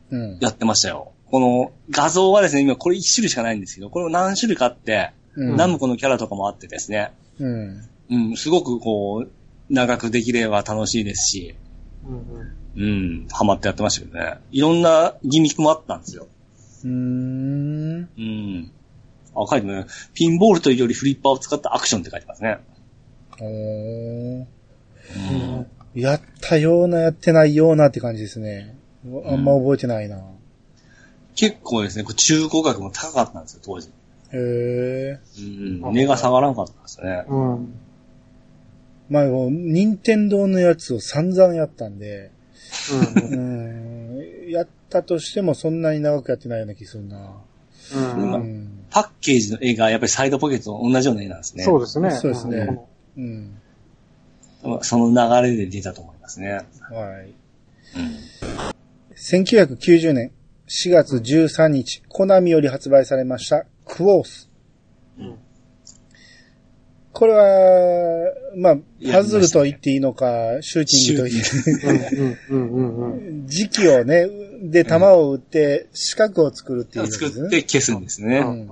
S1: うん。
S2: やってましたよ。この画像はですね、今これ一種類しかないんですけど、これも何種類かあって、
S1: うん。
S2: ナムコのキャラとかもあってですね、
S1: うん。
S2: うん、すごくこう、長くできれば楽しいですし、
S3: うんうん
S2: うん、ハマってやってましたけどね。いろんなギミックもあったんですよ。
S1: うーん。
S2: うん。あ、書いてね。ピンボールというよりフリッパーを使ったアクションって書いてますね。
S1: おー
S2: うん。
S1: やったような、やってないようなって感じですね。あんま覚えてないな。
S2: 結構ですね、こう中古額も高かったんですよ、当時。
S1: へえ。
S2: うん
S3: あ。
S2: 値が下がらんかったんですよね。
S3: うん。
S1: まあ、任天堂のやつを散々やったんで、うーん、やったとしてもそんなに長くやってないような気するな。
S3: うん
S1: う
S3: うん
S1: ん。
S2: パッケージの絵がやっぱりサイドポケットと同じような絵なんですね。
S3: そうですね。
S1: そうですね
S3: ん
S1: うん。
S2: その流れで出たと思いますね。
S1: はい。
S2: うん。
S1: 1990年4月13日、コナミより発売されました、クォース。
S3: うん
S1: これは、まあ、
S2: や
S1: パズルと言っていいのか、シューティングと言って
S3: うんうんうんうん。
S1: 時期をね、で、弾を打って、四角を作るっていう、ね。
S2: 作って消すんですね。
S1: うん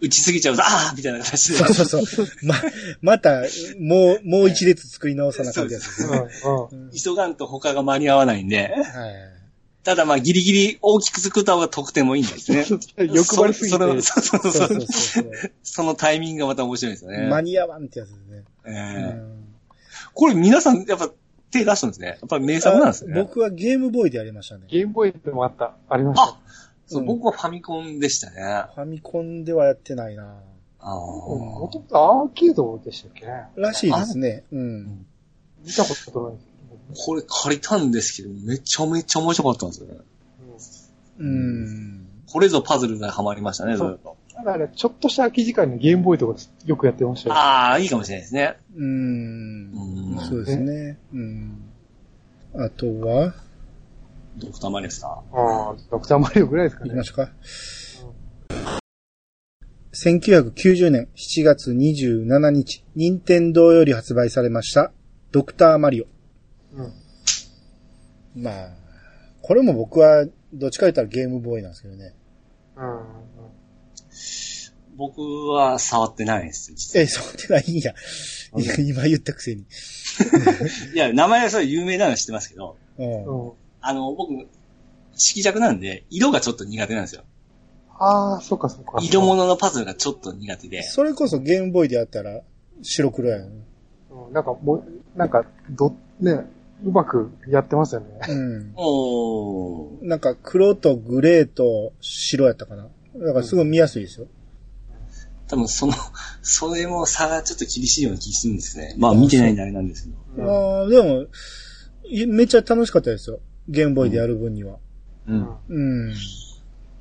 S2: 打ちすぎちゃうと、あーみたいな形で。
S1: そうそうそう。ま、また、もう、もう一列作り直さな感じですね。
S3: う
S1: うん
S2: 急がんと他が間に合わないんで。
S1: はい。
S2: ただまあギリギリ大きく作った方が得点もいいんですね。
S3: 欲張りすぎて
S2: そ。れそれそうそ
S1: そ
S2: うそう
S1: そ
S2: う
S1: うそう。
S2: そのタイミングがまた面白いですよね。
S1: 間に合わんってやつですね。
S2: え
S1: う
S2: え
S1: ん
S2: これ皆さんやっぱ手出したんですね。やっぱり名作なんですね。
S1: 僕はゲームボーイでやりましたね。
S3: ゲームボーイでもあった。ありました。
S2: あそう
S1: うん
S2: 僕はファミコンでしたね。あ
S1: ファミコンではやってないな
S2: あ
S3: うんもともとアーケードでしたっけね。
S1: らしいですね。うん。
S3: 見たことないです
S2: これ借りたんですけど、めちゃめちゃ面白かったんですよね。
S1: うん。
S2: これぞパズルがハマりましたね、ずっと。
S3: けど。ただね、ちょっとした空き時間にゲームボーイとかよくやってましたよ。
S2: ああ、いいかもしれないですね。
S1: うん
S2: う。ん。
S1: そうですね。うん。あとは、
S2: ドクターマリアですか
S3: ああ、ドクターマリオぐらいですか
S1: いき
S3: ね
S1: ま。しょうか。1990年7月27日、任天堂より発売されました、ドクターマリオ。
S3: うん。
S1: まあ、これも僕は、どっちか言ったらゲームボーイなんですけどね。
S3: うん。
S2: 僕は触ってないです。実は
S1: え、そうではいいんや。いや今言ったくせに。
S2: いや、名前はそれ有名なのは知ってますけど、
S1: うん
S3: うん。
S2: あの、僕、色弱なんで、色がちょっと苦手なんですよ。
S3: ああ、そうかそうか。
S2: 色物のパズルがちょっと苦手で。
S1: それこそゲームボーイでやったら、白黒やん。
S3: うん。なんかもう、なんか、ど、ね、うまくやってますよね。
S1: うん。
S2: おー。
S1: なんか、黒とグレーと白やったかな。だからすごい見やすいですよ。
S2: 多分その、 [laughs] それも差がちょっと厳しいような気するんですね。まあ見てないんであれなんですけど。
S3: うん。
S1: ああ、でも、いめっちゃ楽しかったですよ。ゲームボーイでやる分には。
S2: う
S3: うん
S2: ん。
S1: うん。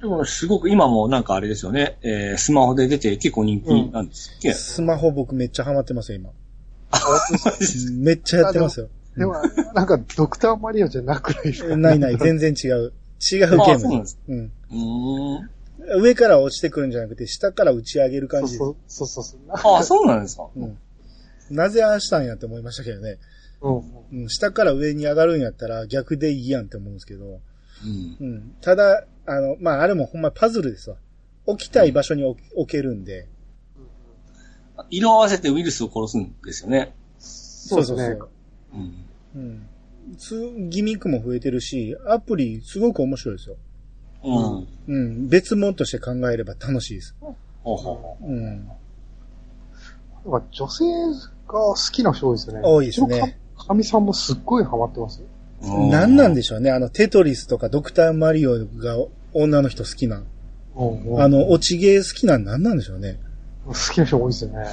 S2: でもすごく今もなんかあれですよね、えー、スマホで出て結構人気なんですっけ、
S1: スマホ僕めっちゃハマってますよ、今。
S2: マジです
S1: めっちゃやってますよ。
S3: でも、なんか、ドクターマリオじゃなくないですか
S1: ないない、全然違う。違うゲーム
S2: あそうなんです。
S1: うん。
S2: うーん。
S1: 上から落ちてくるんじゃなくて、下から打ち上げる感じです。
S3: そうそうそうそう。な
S2: [laughs] ああ、そうなんですか。
S1: うん。なぜああしたんやって思いましたけどね。
S3: うん
S1: うん。下から上に上がるんやったら逆でいいやんって思うんですけど。
S2: うん。
S1: うん。ただ、あの、まあ、あれもほんまパズルですわ。置きたい場所に置置けるんで。
S2: 色合わせてウイルスを殺すんですよね。
S3: そうですね。
S2: うん。
S1: うん。つ、ギミックも増えてるし、アプリすごく面白いですよ。
S2: うん。
S1: うん。別物として考えれば楽しいです。
S2: ほうほうほ
S1: うん。
S3: なんか女性が好きな人多いですよね。
S1: 多いですね
S3: うちのか。かみさんもすっごいハマってますよ。
S2: うう
S1: 何なんでしょうね。あの、テトリスとかドクターマリオが女の人好きな。
S3: うん
S1: あの、落ちゲー好きなん何なんでしょうね。
S3: 好きな人多いですよね。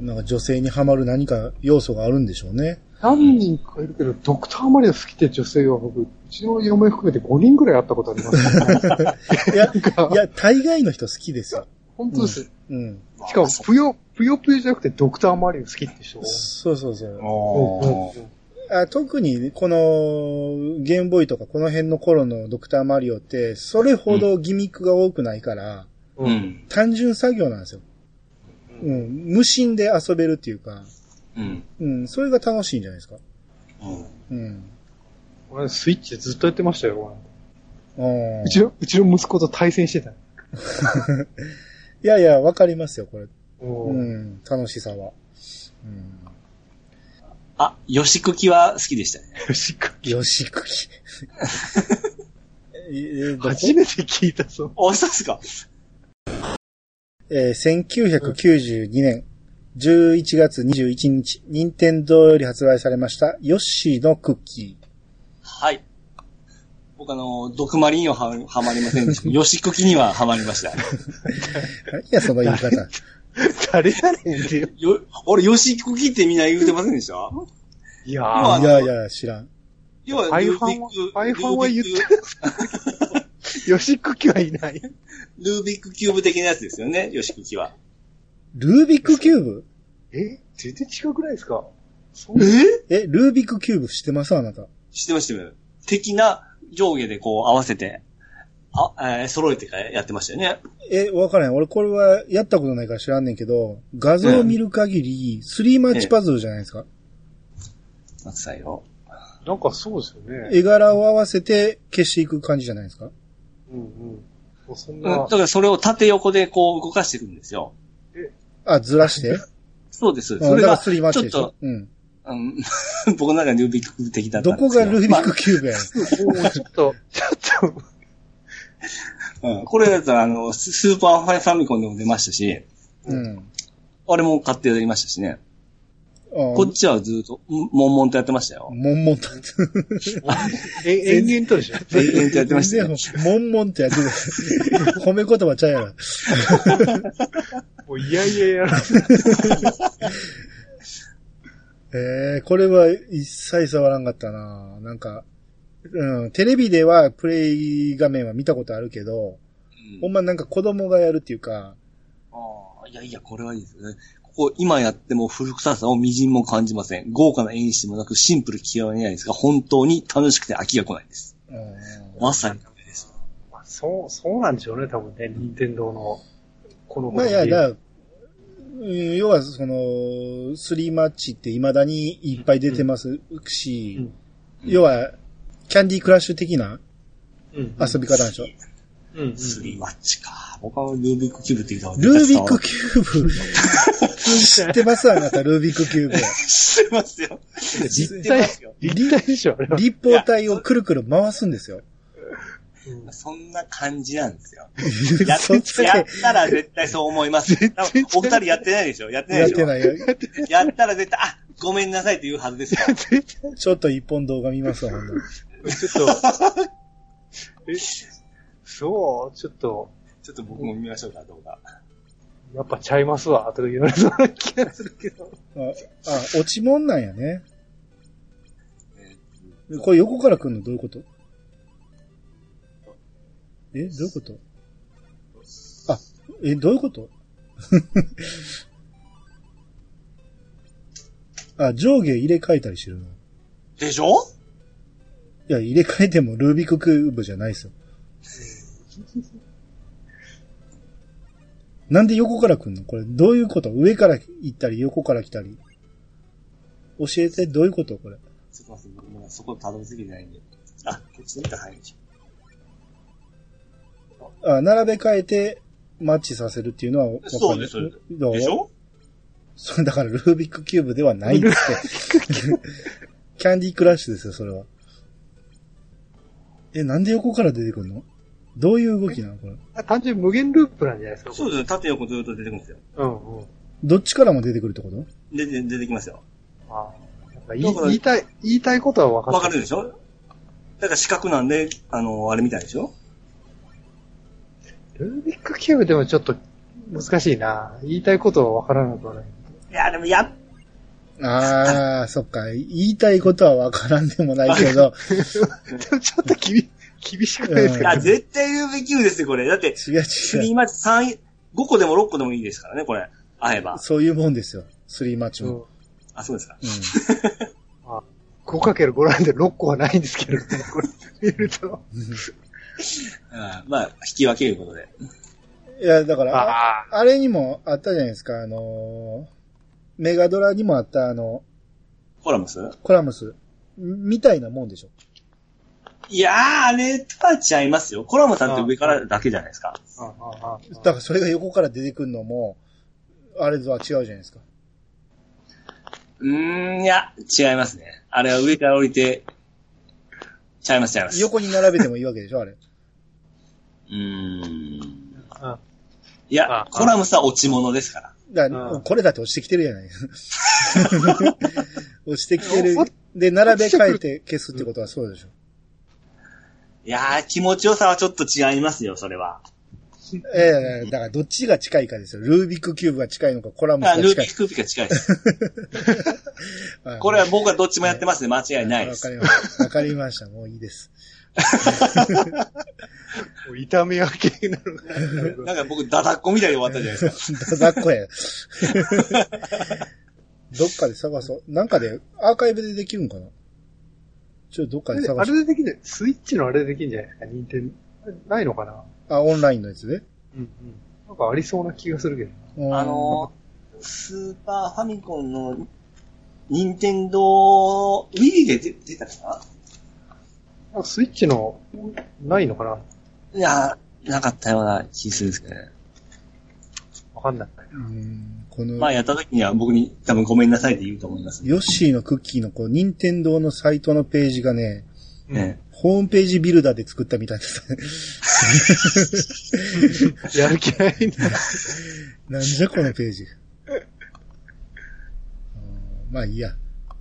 S1: なんか女性にはまる何か要素があるんでしょうね。
S3: 何人かいるけど、ドクターマリオ好きって女性は僕、うちの嫁含めて5人ぐらい会ったことあります、ね。
S1: いや、
S3: なんか
S1: いや、大概の人好きですよ。
S3: 本当です。
S1: うん。
S3: しかも、ぷよ、ぷよぷよじゃなくてドクターマリオ好きって人。
S1: そうそうそう。
S2: おー
S1: あ特に、この、ゲームボーイとかこの辺の頃のドクターマリオって、それほどギミックが多くないから、
S2: う。ん。
S1: 単純作業なんですよ。うん。無心で遊べるっていうか、
S2: うん。
S1: うん。それが楽しいんじゃないですか。うん。
S3: 俺、スイッチでずっとやってましたよ。
S1: あー
S3: うちの、うちの息子と対戦してた。
S1: いやいや、わかりますよ、これ。
S3: う、
S1: うんん。楽しさは。うん。
S2: あ、ヨシクキは好きでしたね。
S3: しか
S1: よし [laughs] くき。えーどこ
S3: 初めて聞いたぞ。
S2: お、そうですか。
S1: えー1992年11月21日、任天堂より発売されました、ヨッシーのクッキ
S2: はい。僕あの、毒マリンをは、はまりませんでしたけど。ヨシクキにははまりました。
S1: ー。何や、その言い
S2: [laughs]
S1: 方。
S3: 誰やねんでよ。
S2: よ、俺、ヨシクキってみんな言うてませんでした
S3: いや
S2: 今は
S3: ー、
S1: いやいや、知らん。
S2: 要は、
S3: アイ
S2: ル
S3: フ
S2: ービ
S3: ァン
S2: ッ
S3: は
S2: ク、、
S3: アイファンは言って
S2: ルービッ
S3: る。よしくきはいない。
S2: クルービックキューブ的なやつですよね、ヨシクキは。
S1: ルービックキューブ
S3: え全然違うくらいですかそんな
S2: え
S1: え、ルービックキューブ知ってますあなた。
S2: 知ってましたよ。的な上下でこう合わせて、あ、えー揃えてからやってましたよね。
S1: え、わからん。俺これはやったことないから知らんねんけど、画像を見る限り、スリーマッチパズルじゃないですか。
S2: 夏さんよ。
S3: なんかそうですよね。
S1: 絵柄を合わせて消していく感じじゃないですか。
S3: うんうん。もうそん
S2: うんだ
S3: な
S2: か、らそれを縦横でこう動かしていくんですよ。
S1: あ、ずらして。
S2: そうです。
S1: う
S2: [laughs] そ
S1: ん、だ
S2: れ
S1: から
S2: が、
S1: スリーマッチ
S2: ちょっ
S1: でしょ
S2: と、
S1: うん。
S2: うん、 [laughs] 僕の中でルービック的だった
S1: ど
S2: んで
S1: こ
S2: すけ
S1: がルービックキューブやねん。
S3: もうちょっと、ちょっと、
S2: まあうんこれだったら、あの、ススーパーファイファミコンでも出ましたし、
S1: うん。
S2: あれも買ってやりましたしね。こ
S1: こ
S2: っちはずっと、ん悶々とやってましたよ。
S1: もんもんと。
S3: え、 [laughs] 延々とでしょ
S2: 延々とやってましたね。
S1: 全然もんもんってやってた。 [laughs] 褒め言葉ちゃうやろ。
S3: もういやいややらせ
S1: えー、これは一切触らんかったななんか、うん、テレビではプレイ画面は見たことあるけど、
S2: うん
S1: ほんまなんか子供がやるっていうか、
S2: ああ、いやいや、これはいいですよね。ここ、今やっても古臭さをみじんも感じません。豪華な演出もなくシンプル極めないですが、本当に楽しくて飽きが来ないです。
S1: うん
S2: まさにこれです。
S3: まあそう、そうなんでしょうね、多分ね、任天堂の、この
S1: まあい
S3: ゲー
S1: や、
S3: ム
S1: だからうん、要はその、スリーマッチって未だにいっぱい出てますし、
S3: うん
S2: うん
S1: 要は、キャンディークラッシュ的な
S3: うん
S1: 遊び方でしょ、
S3: うんうん
S2: スリーマッチか。僕はルービックキューブって言った
S1: ルービック
S2: キュー
S1: キュー
S2: [laughs]
S1: ブ、知ってますあなた、ルービックキューブ。
S2: ブ知ってますよ。
S1: 立
S2: 知ってますよ。
S3: 立体でしょ、あれは。
S1: 立方体をくるくる回すんですよ。
S3: うん
S2: そんな感じなんですよ。や
S1: [laughs]
S2: っ
S1: そっち
S2: やっ
S1: で
S2: たら絶対そう思いますよ。多分お二人やってないでしょやってない
S1: やっ
S2: でしてょ
S1: ないよ。
S2: やったら絶対、あ、ごめんなさいって言うはずです
S1: [laughs]
S2: よ。
S1: ちょっと一本動画見ますわ、ほんなら
S3: ちょっ [laughs] と、え、そう、ちょっと、
S2: ちょっと僕も見ましょうか、動画。
S3: やっぱちゃいますわ、とか言われそうな気がするけど。
S1: あ、あ、落ちもんなんやね。これ横から来るのどういうことえ、どういうことあ、え、どういうこと [laughs] あ、上下入れ替えたりしてるのい
S2: でしょ
S1: や、入れ替えてもルービックキューブじゃないです
S2: [laughs]
S1: よ。なんで横から来んのこれどういうこと上から行ったり横から来たり。教えてどういうことこれ。
S2: ちょっと待って、僕もそこたどり着けてないんで。あ、こっちの見たら早いでし
S1: あ、並べ替えて、マッチさせるっていうのはわかる、
S2: そうですそう
S1: ど
S2: ょ
S1: う
S2: でしょ
S1: そうだから、ルービックキューブではないっ
S2: [laughs]
S1: つって。キャンディークラッシュですよ、それは。え、なんで横から出てくるのどういう動きなのこれ。
S3: あ [laughs] 単純に無限ループなんじゃないですか、これ
S2: そうですね。縦横ずっと出てくるんですよ。
S3: うんうん。
S1: どっちからも出てくるってこと
S2: で、で出てきますよ。
S3: ああなんか言い
S2: だから
S3: 言いたい、言いたいことは分か
S2: わ
S3: っ
S2: か
S3: て
S2: るでしょだから四角なんで、あの、あれみたいでしょ
S3: ルービックキューブでもちょっと難しいな。言いたいことは分からなくはない。
S2: いや、でもやっ
S1: あー、そっか。言いたいことはわからんでもないけ
S3: [laughs]
S1: ど、
S3: [laughs] でもちょっと厳 [laughs] 厳しくないです
S1: うん [laughs]
S3: か、
S2: ぱ、絶対ルービックキューブですよ、これ。だって、
S1: 違う違
S2: スリ
S1: う。
S2: ーマッチ3、5個でも6個でもいいですからね、これ。合えば。
S1: そういうもんですよ。スリーマッチ
S3: う
S1: も。
S3: ん
S2: あ、そうですか。
S1: うん。
S3: 5×5 なんで6個はないんですけれども、これ見ると。
S2: うんまあ、引き分けることで。
S1: いや、だから、
S3: あ
S1: あれにもあったじゃないですか、あのーメガドラにもあったあの、
S2: コラムス
S1: コラムス、みたいなもんでしょ。
S2: いやー、あれとは違いますよ。コラムさんって上からだけじゃないですか。
S3: あ、ああ、ああ。
S1: だからそれが横から出てくるのも、あれとは違うじゃないですか。
S2: うーん、いや、違いますね。あれは上から降りて、違います、違います。
S1: 横に並べてもいいわけでしょ、あれ。
S2: うーん。
S3: あ
S2: いや
S3: あ、
S2: コラムさ落ち物ですから。
S1: だから
S3: うん
S1: これだって落ちてきてるじゃ
S3: [laughs]
S1: ない落ちてきてる
S3: お。
S1: で、並べ替えて消すってことはそうでしょ。
S2: いやー、気持ちよさはちょっと違いますよ、それは。
S1: ええだからどっちが近いかですよ。ルービックキューブが近いのか、コラムス
S2: あ
S1: が
S2: ルー
S1: 近
S2: ビ
S1: い
S2: ッ。クキューブが近いです。
S1: はい
S2: これは僕はどっちもやってますね。間違いないで
S1: わか
S2: す。
S1: りました。わかりました。もういいです。
S3: もう痛み分けになるか
S2: なんか僕、ダダっ子みたいに終わったじゃないですか。
S1: だだっこ
S2: [laughs]
S1: や。どっかで探そう。なんかで、アーカイブでできるんかなちょっとどっかで
S3: ら。
S1: 探
S3: あ
S1: そう。
S3: れでできない。スイッチのあれでできんじゃないですか、任天ないのかな
S1: あ、オンラインのやつで、
S3: うんうん。なんかありそうな気がするけど。
S1: うん
S2: あのー、スーパーファミコンの、ニンテンドー、Wii で出出たかな
S3: あスイッチの、ないのかない
S2: やー、なかったような気するんですけどね。
S3: あわかんない。
S1: うんこの、
S2: まあやった時には僕に多分ごめんなさいって言うと思います。
S1: ヨッシーのクッキーのこう、任天堂のサイトのページがね、
S2: え
S1: ホームページビルダーで作ったみたいですね。
S3: やる気ないんだ。
S1: なんじゃこのページ。うんまあいいや。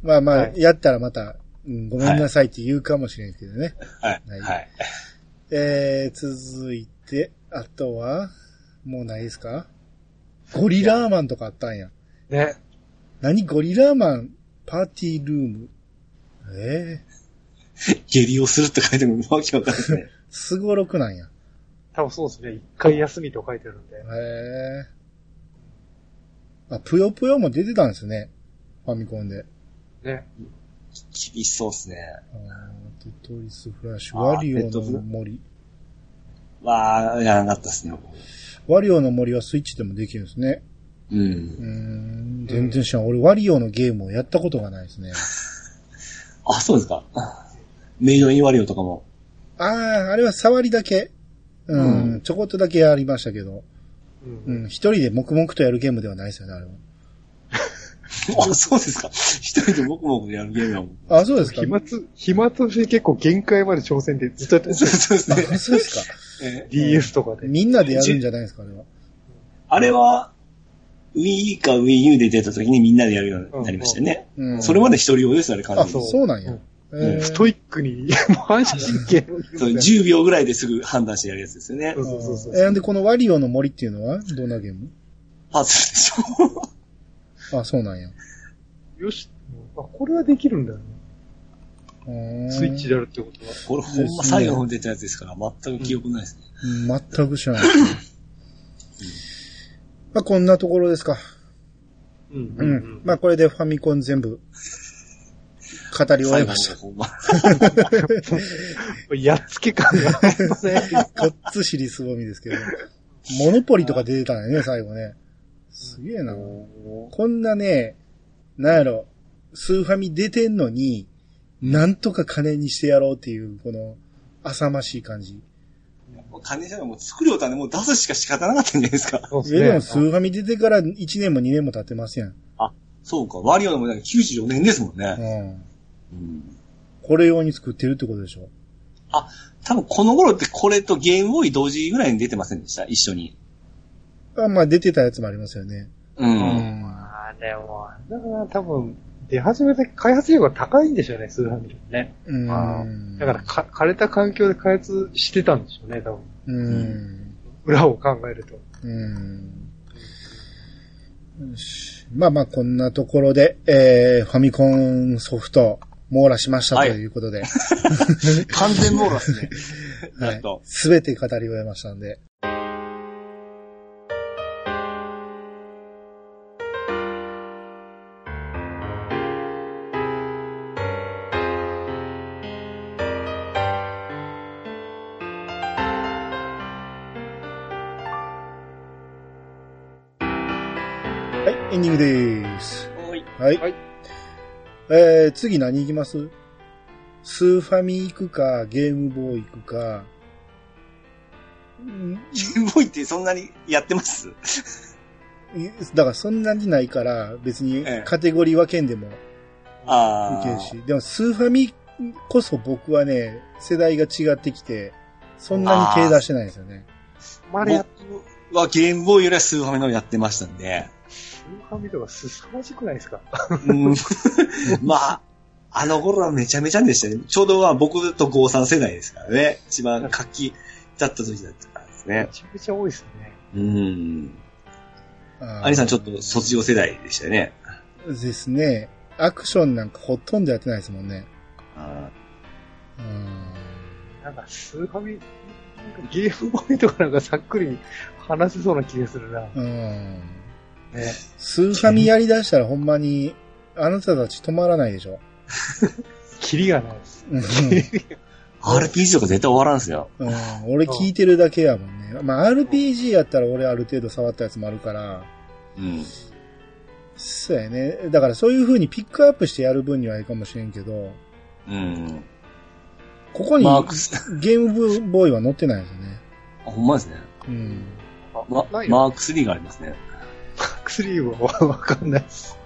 S1: まあまあ、
S3: はい
S1: やったらまた、うんごめんなさいって言うかもしれんけどね。
S2: えはい。
S1: は
S2: はいい。
S1: えー、続いて、あとは、もうないですかゴリラーマンとかあったんや。
S3: ね。
S1: 何ゴリラーマンパーティールーム。ええ
S2: 下痢をするって書いてもわけわかんないですね。
S1: すごろくなんや。
S3: 多分そうですね。一回休みと書いてるんで。
S1: へえ。あ、ぷよぷよも出てたんですね。ファミコンで。
S3: ね。
S2: 厳しそうですね。
S1: あーテトリスフラッシュ。
S2: あー
S1: ワリオ
S2: テトリス
S1: の森。
S2: わあ、やらなかったですね。
S1: ワリオの森はスイッチでもできるんですね。
S2: う。
S1: うんーん、全然知らん。俺、ワリオのゲームをやったことがない
S3: [laughs]
S1: ですね。
S2: あ、そうですか。メイドインワリオとかも。
S1: ああ、あれは触りだけ。うん、
S2: う
S1: ちょこっとだけやりましたけど。う
S3: う。
S1: んん、一人で黙々とやるゲームではないですよね、あれは。
S2: あ、そうですか。一人でもくもくやるゲームだもん。
S1: あ、そうですか。
S3: 暇つ、暇つぶしで結構限界まで挑戦でずっとや [laughs] ってる
S2: そうそうですね。
S1: あ、そうです
S3: [laughs]
S1: か。
S2: ええ
S3: DS とかで。
S1: みんなでやるんじゃないですか、あれは。
S2: あれは、Wii か Wii U で出た時にみんなでやるようになりましたよね。
S3: [laughs]
S1: うん。
S2: それまで一人用ですよ、あれ完
S1: あ、
S2: 全
S1: そう
S2: に。
S1: なんや。
S3: う
S1: へー
S3: ストイック [laughs] に、もう反射神経の
S2: そう10秒ぐらいですぐ判断してやるやつですよね
S3: そ。うそうそうそう
S1: えーで、このワリオの森っていうのはどんなゲーム
S2: パズルでしょ。
S1: あ、そうなんや。
S3: よし。あ、これはできるんだよね。
S1: うーん
S3: スイッチであるってことは。
S2: これほんま最後に出たやつですから、全く記憶ないですね。
S1: 全く知らな
S3: [laughs]
S1: い。まあ、こんなところですか。
S3: うん
S1: うん。まあ、これでファミコン全部、語り終えま
S2: 最後
S1: し
S2: の
S1: た。
S2: ほんま。
S3: やっつけ感が。
S1: こっつしりすぼみですけど。モノポリとか出てたんやね、最後ね。すげえな。こんなね、なんやろ、スーファミ出てんのに、なんとか金にしてやろうっていう、この、浅ましい感じ。
S2: もう金じゃない、もう作りようたんで、もう出すしか仕方なかったんじゃな
S1: [laughs]
S2: いですか。
S3: そう
S1: いやでも、
S3: で
S1: ス
S3: すね。
S1: ーファミ出てから1年も2年も経ってますやん。
S2: そうか、ワリオでもなんか94年ですもんね。
S1: うん。
S2: うん
S1: これ用に作ってるってことでしょ。
S2: 多分この頃ってこれとゲームボーイ同時ぐらいに出てませんでした、一緒に。
S1: あまあ、出てたやつもありますよね。う
S2: う。
S1: ん
S3: まあでも、だから多分、出始めて開発量が高いんでしょうね、スーファミリーね。
S1: うん。
S3: あだからか、枯れた環境で開発してたんでしょうね、多分。
S1: うん。
S3: 裏を考えると。
S1: うん。よし。まあまあ、こんなところで、えー、ファミコンソフト、網羅しましたと
S2: はい
S1: いうことで、
S2: 完全網羅ですね。
S1: は
S2: [laughs] やっ
S1: い
S2: と。。
S1: すべて語り終えましたんで。はい、エンディングです。
S2: はい
S1: はい。
S3: はい
S1: えー、次何行きますスーファミ行くか、ゲームボーイ行くか、ん
S2: ゲームボーイってそんなにやってます
S1: だからそんなにないから、別に
S2: ええ
S1: カテゴリー分けんでもい
S2: あ
S1: ける
S2: あ
S1: し、。でもスーファミこそ僕はね、世代が違ってきて、そんなに手出してないんですよね。
S3: まだやっ
S2: 僕はゲームボーイよりはスーファミの方やってましたんで。
S3: スーファミとか凄まじくないですか
S2: うん。まあ、あの頃はめちゃめちゃでしたね。ちょうどは僕と郷さん世代ですからね。一番活気だった時だったからです
S3: め
S2: ね。
S3: ちゃめちゃ多いですね。
S2: うん。
S1: あー
S2: アニさんちょっと卒業世代でしたよね。
S1: ですね。アクションなんかほとんどやってないですもんね。
S2: あ
S1: うん
S3: なんか、スーファミ、なんかゲームボーイとかなんかさっくり話せそうな気がするな。ね。
S1: うん。スーファミやりだしたらほんまに、あなたたち止まらないでしょ。
S3: キリがないです。
S1: うん
S2: RPG とか絶対終わらんすよ。
S1: うん俺聞いてるだけやもんね。まあ RPG やったら俺ある程度触ったやつもあるから、
S2: うん。
S1: そうやね。だからそういう風にピックアップしてやる分にはいいかもしれんけど、
S2: うん。
S1: ここに
S2: まあ、くす
S1: ゲームボーイは載ってないですよね。
S2: あほんまですね。
S1: うん。
S3: あか
S2: ま
S3: ないよ。
S2: マーク3がありますね。
S3: マーク3はわかんないです。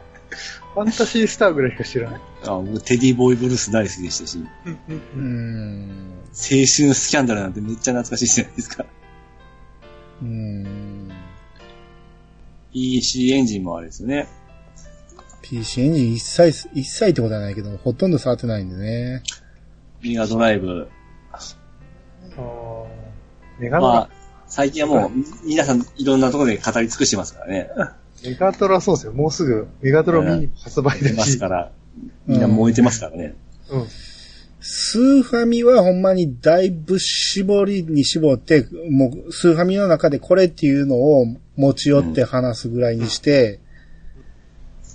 S3: ファンタシースターぐらいしか知らない。
S2: あ僕テディボーイブルース大好きでしたし、青
S1: うーん。
S2: 春スキャンダルなんてめっちゃ懐かしいじゃないですか。
S1: うーん。
S2: EC エンジンもあれですよね。
S1: PC エンジン一切、一切ってことはないけど、ほとんど触ってないんでね。
S2: ビガドライブ。
S3: あーメガドラ、
S2: まあ、最近はもう、皆さんいろんなところで語り尽くしてますからね。
S3: メガドラそうですよ。もうすぐ、メガドラミニも発売
S2: 出
S3: だ
S2: ます
S3: し
S2: か。ら。みんな燃えてますからね。
S3: うん。
S1: スーファミはほんまにだいぶ絞りに絞って、もうスーファミの中でこれっていうのを持ち寄って話すぐらいにして、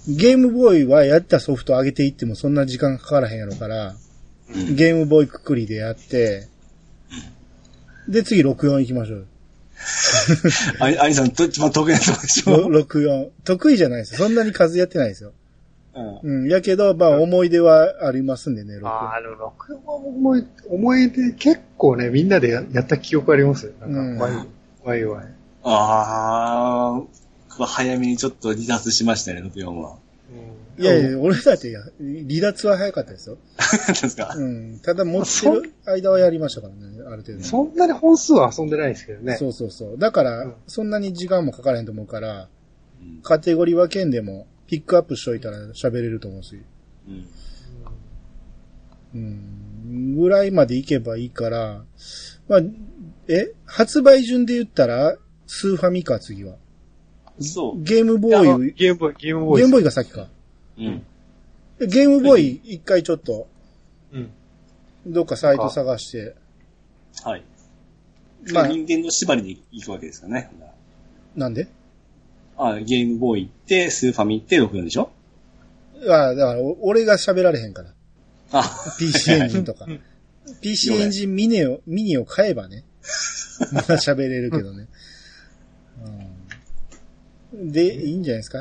S1: ゲームボーイはやったソフト上げていってもそんな時間かからへんやろから、
S2: うん
S1: ゲームボーイくくりでやって、で次64行きましょう。
S2: あい、あいさん、と、ちょっと得意なとこでし [laughs] ょ。
S1: ろ64。得意じゃないですよ。そんなに数やってないですよ。
S2: うん
S1: うん。やけど、まあ思い出はありますんでね、
S3: あ
S1: 64。
S3: あ、でも6は思い、思い出結構ね、みんなでややった記憶ありますよ。なんか、ワイ、ワイワイ。
S2: あー、僕は早めにちょっと離脱しましたね、64は。
S1: いやいや、俺だってや離脱は早かったですよ。
S2: なんですか
S1: うん。ただ持ってる間はやりましたからね、ある程度。
S3: そんなに本数は遊んでないですけどね。
S1: そうそうそう。だから、
S3: うん
S1: そんなに時間もかからへんと思うから、
S2: うん
S1: カテゴリー分けんでも、ピックアップしといたら喋れると思うし。
S2: うん
S1: うん。ぐらいまでいけばいいから、まあ、え発売順で言ったら、スーファミか、次は。
S2: そ
S1: ゲームボ
S3: いやあの
S1: ーイ、
S3: ゲームボーイ、ゲームボ
S1: ゲー
S3: ーイで
S1: ム
S3: す。
S1: ボーイが先か。
S2: う。うん。
S1: ゲームボーイ、一回ちょっと、
S3: うん。
S1: どっかサイト探して、
S2: はい。
S1: まあ、
S2: 任天堂縛りで行くわけですよね。
S1: なんで
S2: あゲームボーイ行って、スーファミ行って64でしょ
S1: ああ、だから、お俺が喋られへんから。
S2: あ、
S1: PC エンジンとか
S3: うんうん。
S1: PC エンジンミニを、ミニを買えば
S3: [laughs]
S1: ね。まだ喋れるけどね。うんで、いいんじゃないですか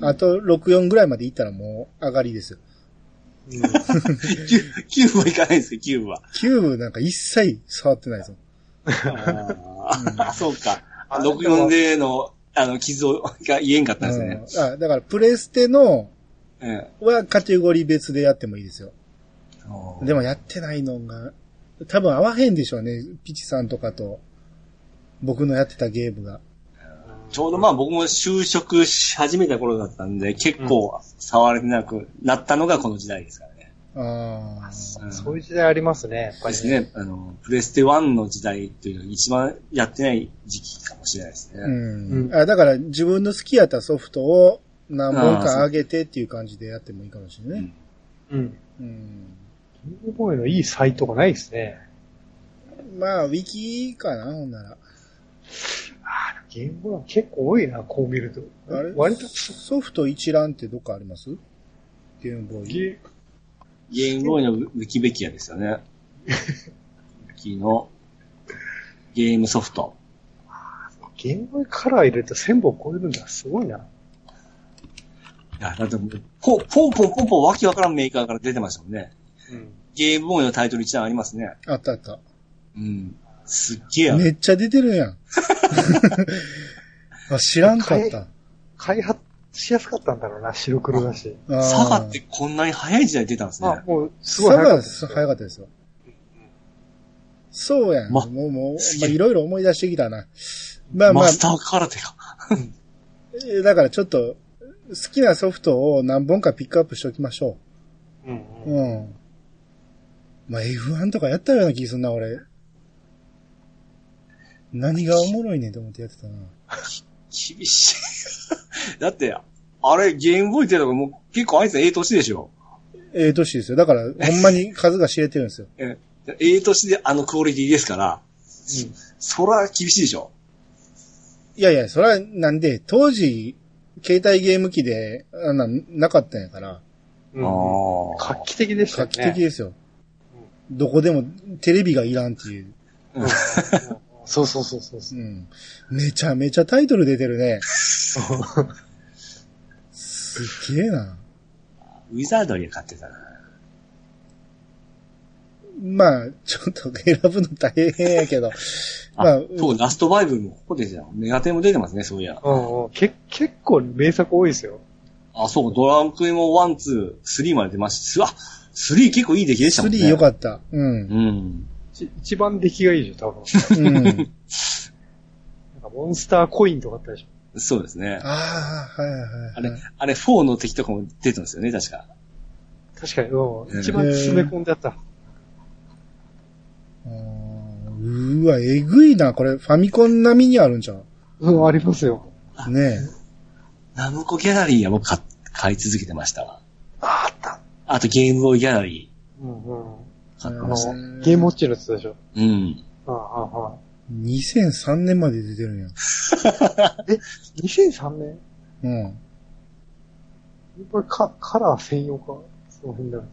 S1: あと64ぐらいまでいったらもう上がりですよ。
S2: [laughs] キューキューブは行かないですか、キューブは。
S1: キューブなんか一切触ってないぞ。
S2: あーそうか。あ64での、あの、傷を、が言えんかったんですね。
S1: うんあだからプレステの
S2: うん
S1: はカテゴリー別でやってもいいですよ。
S2: あー
S1: でもやってないのが、多分合わへんでしょうね。ピチさんとかと僕のやってたゲームが。
S2: ちょうどまあ僕も就職し始めた頃だったんで、結構触れてなくなったのがこの時代ですからね。
S1: ああ。
S2: うん
S3: そういう時代ありますね、やっぱ
S2: で
S3: り
S2: す。ね。あの、プレステ1の時代というのが一番やってない時期かもしれないですね。
S1: うん
S3: うん
S1: あだから自分の好きやったソフトを何本
S2: あーそう
S1: か上げてっていう感じでやってもいいかもしれないね。
S3: うん。
S1: うん
S3: ゲームボーイのいいサイトがないですね。
S1: まあ、ウィキかな、ほんなら。
S3: あーゲームボーイは結構多いな、こう見ると
S1: あれ。
S3: 割と、
S1: ソフト一覧ってどっかありますゲームボーイ。
S3: ゲ
S2: ゲームボーイのウィキベキアですよ [laughs] ね。ウィキのゲームソフト。
S3: ゲームボーイカラー入れると1000本超えるんだ。すごいな。
S2: いや、だってもう、ポポンポンポンポンわけわからんメーカーから出てましたもんね。
S3: うん。
S2: ゲームボーイのタイトル一覧ありますね。
S1: あったあった。
S2: うん。すっげえある
S1: めっちゃ出てるやん。あ知らんかった。
S3: 開発しやすかったんだろうな、白黒だし。
S1: あー
S2: サガってこんなに早い時代に出たんですね
S3: あ。、もう、すご
S1: サ
S3: い早か
S1: ガ
S3: ったです
S1: 早
S3: よ。
S1: かったですよ。そうやん。
S2: ま
S1: もう、もう
S2: す、げ
S1: まあ
S2: え
S1: いろいろ思い出してきたな。まあまあ
S2: マス、ター空手か。
S1: えーだからちょっと、好きなソフトを何本かピックアップしておきましょ
S3: うん
S1: う。
S3: うん
S1: うん。まあ、F1 とかやったような気すんな、俺。何がおもろいねんと思ってやってたな。
S2: 厳しい。 [laughs] だって、あれ、ゲームボーイ出たのもう結構あいつええ年でしょ。
S1: ええ年ですよ。だから、ほんまに数が知れてるんですよ。 [laughs]
S2: ええ年であのクオリティですから、そら厳しいでしょ。
S1: いやいや、それはなんで、当時、携帯ゲーム機で、あんなんなかったんやから、
S3: うんうん
S2: あ
S3: 画期的でした
S1: 画
S3: よね。
S1: 期的ですよ。どこでもテレビがいらんっていう。
S3: うんそうそうそうそう
S1: う
S3: そ
S1: ん。めちゃめちゃタイトル出てるね。
S3: う。
S1: すっげえな。
S2: ウィザードリー買ってたな。
S1: まあ、ちょっと選ぶの大変やけど、まあ、うん
S2: そう、ラストバイブルもここでじゃん。メガテンも出てますね、そういや。
S3: [laughs] うんうん。け、結構名作多いですよ。
S2: あ、そう、ドラクエも1、2、3まで出ました。すわ、3結構いい出来でしたもんね。
S1: 3良かった。うん。
S2: うん。
S3: ち一番出来がいいでしょ、多分。
S1: うん。 [laughs]
S3: なんかモンスターコインとかあったでし
S2: そうですね。
S1: ああ、はいはい
S2: あ
S1: はい
S2: れ。、あれ4の敵とかも出てますよね、確か。
S3: ょ。確かに、う
S2: うん
S3: ん。一番詰め込んであった。
S1: うんうーわ、えぐいな。これ、ファミコン並みにあるんじゃん。
S3: うん、ありますよ。
S1: ね
S2: ナムコギャラリーは僕買買い続けてましたわ。
S3: ああった。
S2: あとゲームボーイギャラリ
S3: うんうん。
S2: ー買って
S1: あ
S3: あ
S2: ました。
S1: うん
S3: の、ゲームウォッチのやつでしょ。
S2: うん。
S3: ああ、ああ、あ
S1: え。2003年まで出てるんや。
S3: あ。2003年
S1: うん。
S3: これカカラー専用かその辺だけ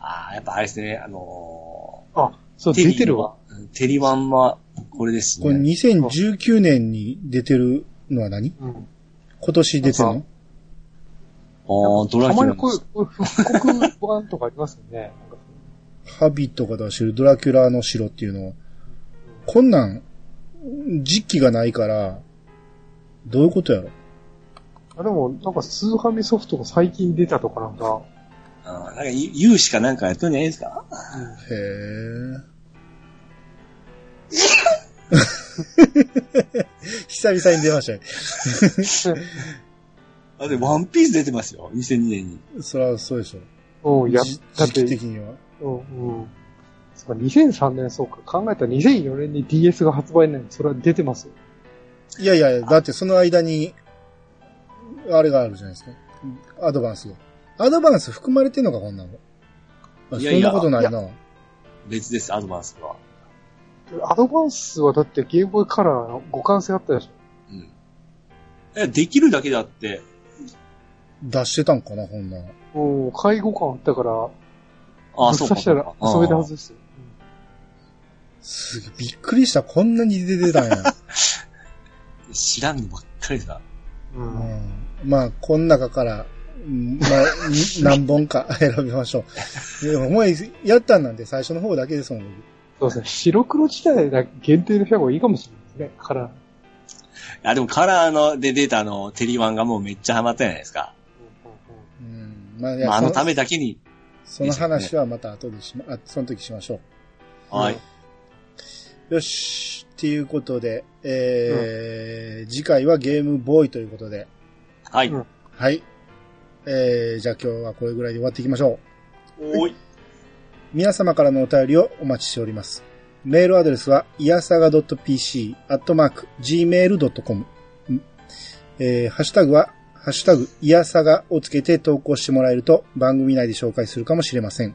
S2: ああ、やっぱあれですね、あの
S3: ど。あ、そう、
S2: ー、
S3: 出てるわ。
S2: テリーは。テリワンは、これです
S1: これ
S2: ね。
S1: 2019年に出てるのは何
S3: うん。
S1: 今年出てるの
S2: あードラ
S3: た
S2: キ
S3: ま
S2: ュラの
S3: にこういう、こういう復刻版とかありますよね。なんか
S1: ハビットが出してるドラキュラの城っていうのを。こんなん、時期がないから、どういうことやろ
S3: あでも、なんか、スーハミソフトが最近出たとかなんか、
S2: あーなんか、有志かなんかやっとんじゃないですか
S1: へえ。久々に出ましたね。
S2: あ、で、ワンピース出てますよ、2002年に。
S1: そらそうでしょ。
S3: うん、や、
S1: じ
S3: だっ
S1: 時期
S3: て、
S1: 的には。
S3: うん、うん。そうか、2003年、そうか、考えたら2004年に DS が発売なのに、それは出てますよ。
S1: いやいや、だってその間に、あれがあるじゃないですか。アドバンスが。アドバンス含まれてんのか、こんなの。あ
S2: いやい
S1: そ
S2: や
S1: んなことないな。
S2: 別です、アドバンスは。
S3: アドバンスはだってゲームボーイカラーの互換性あったでし
S2: うん。え、できるだけだって、
S1: 出してたんかな、こんなの。
S3: ょ。うん、介護感あったから、
S2: あー、
S3: ぶ
S2: そうか。
S3: っ刺したら遊べるは
S2: あー
S3: ずですよ。
S1: すげえ、びっくりした。こんなに出てたんや。
S2: 知らんのばっかりだ。
S3: う。
S1: うん
S3: うん
S1: ん、まあ、この中から、うん
S2: [laughs]
S1: まあ、に何本か [laughs] 選びましょう。でも、もうやったんなんで最初の方だけですもん、僕
S3: そうですね。白黒自体だけ限定の部屋がいいかもしれないですね。カラー。
S2: あ、でもカラーので出たあの、テリワンがもうめっちゃハマったじゃないですか。
S1: うん、まあ、いや
S2: まあ、あの
S1: そ
S2: ためだけに。
S1: その話はまた後でしま、あ、その時しましょ
S3: うん
S2: はい。
S1: う。よし。っていうことで、えー次回はゲームボーイということで、
S2: はい。
S3: うん
S1: はい。えーじゃあ今日はこれぐらいで終わっていきましょう。
S2: おい。
S1: 皆様からのお便りをお待ちしております。メールアドレスは、いやさが .pc、アットマーク、gmail.com。んえー、ハッシュタグは、ハッシュタグ、いやさがをつけて投稿してもらえると、番組内で紹介するかもしれません。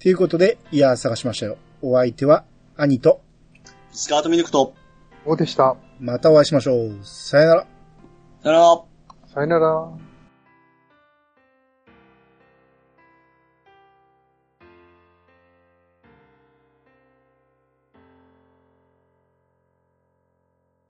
S1: ということで、いやさがしましたよ。お相手は、兄と、
S2: スカートミルクと、
S3: そうでした。
S1: またお会いしましょう。さよなら。
S2: さよなら。
S3: さよなら。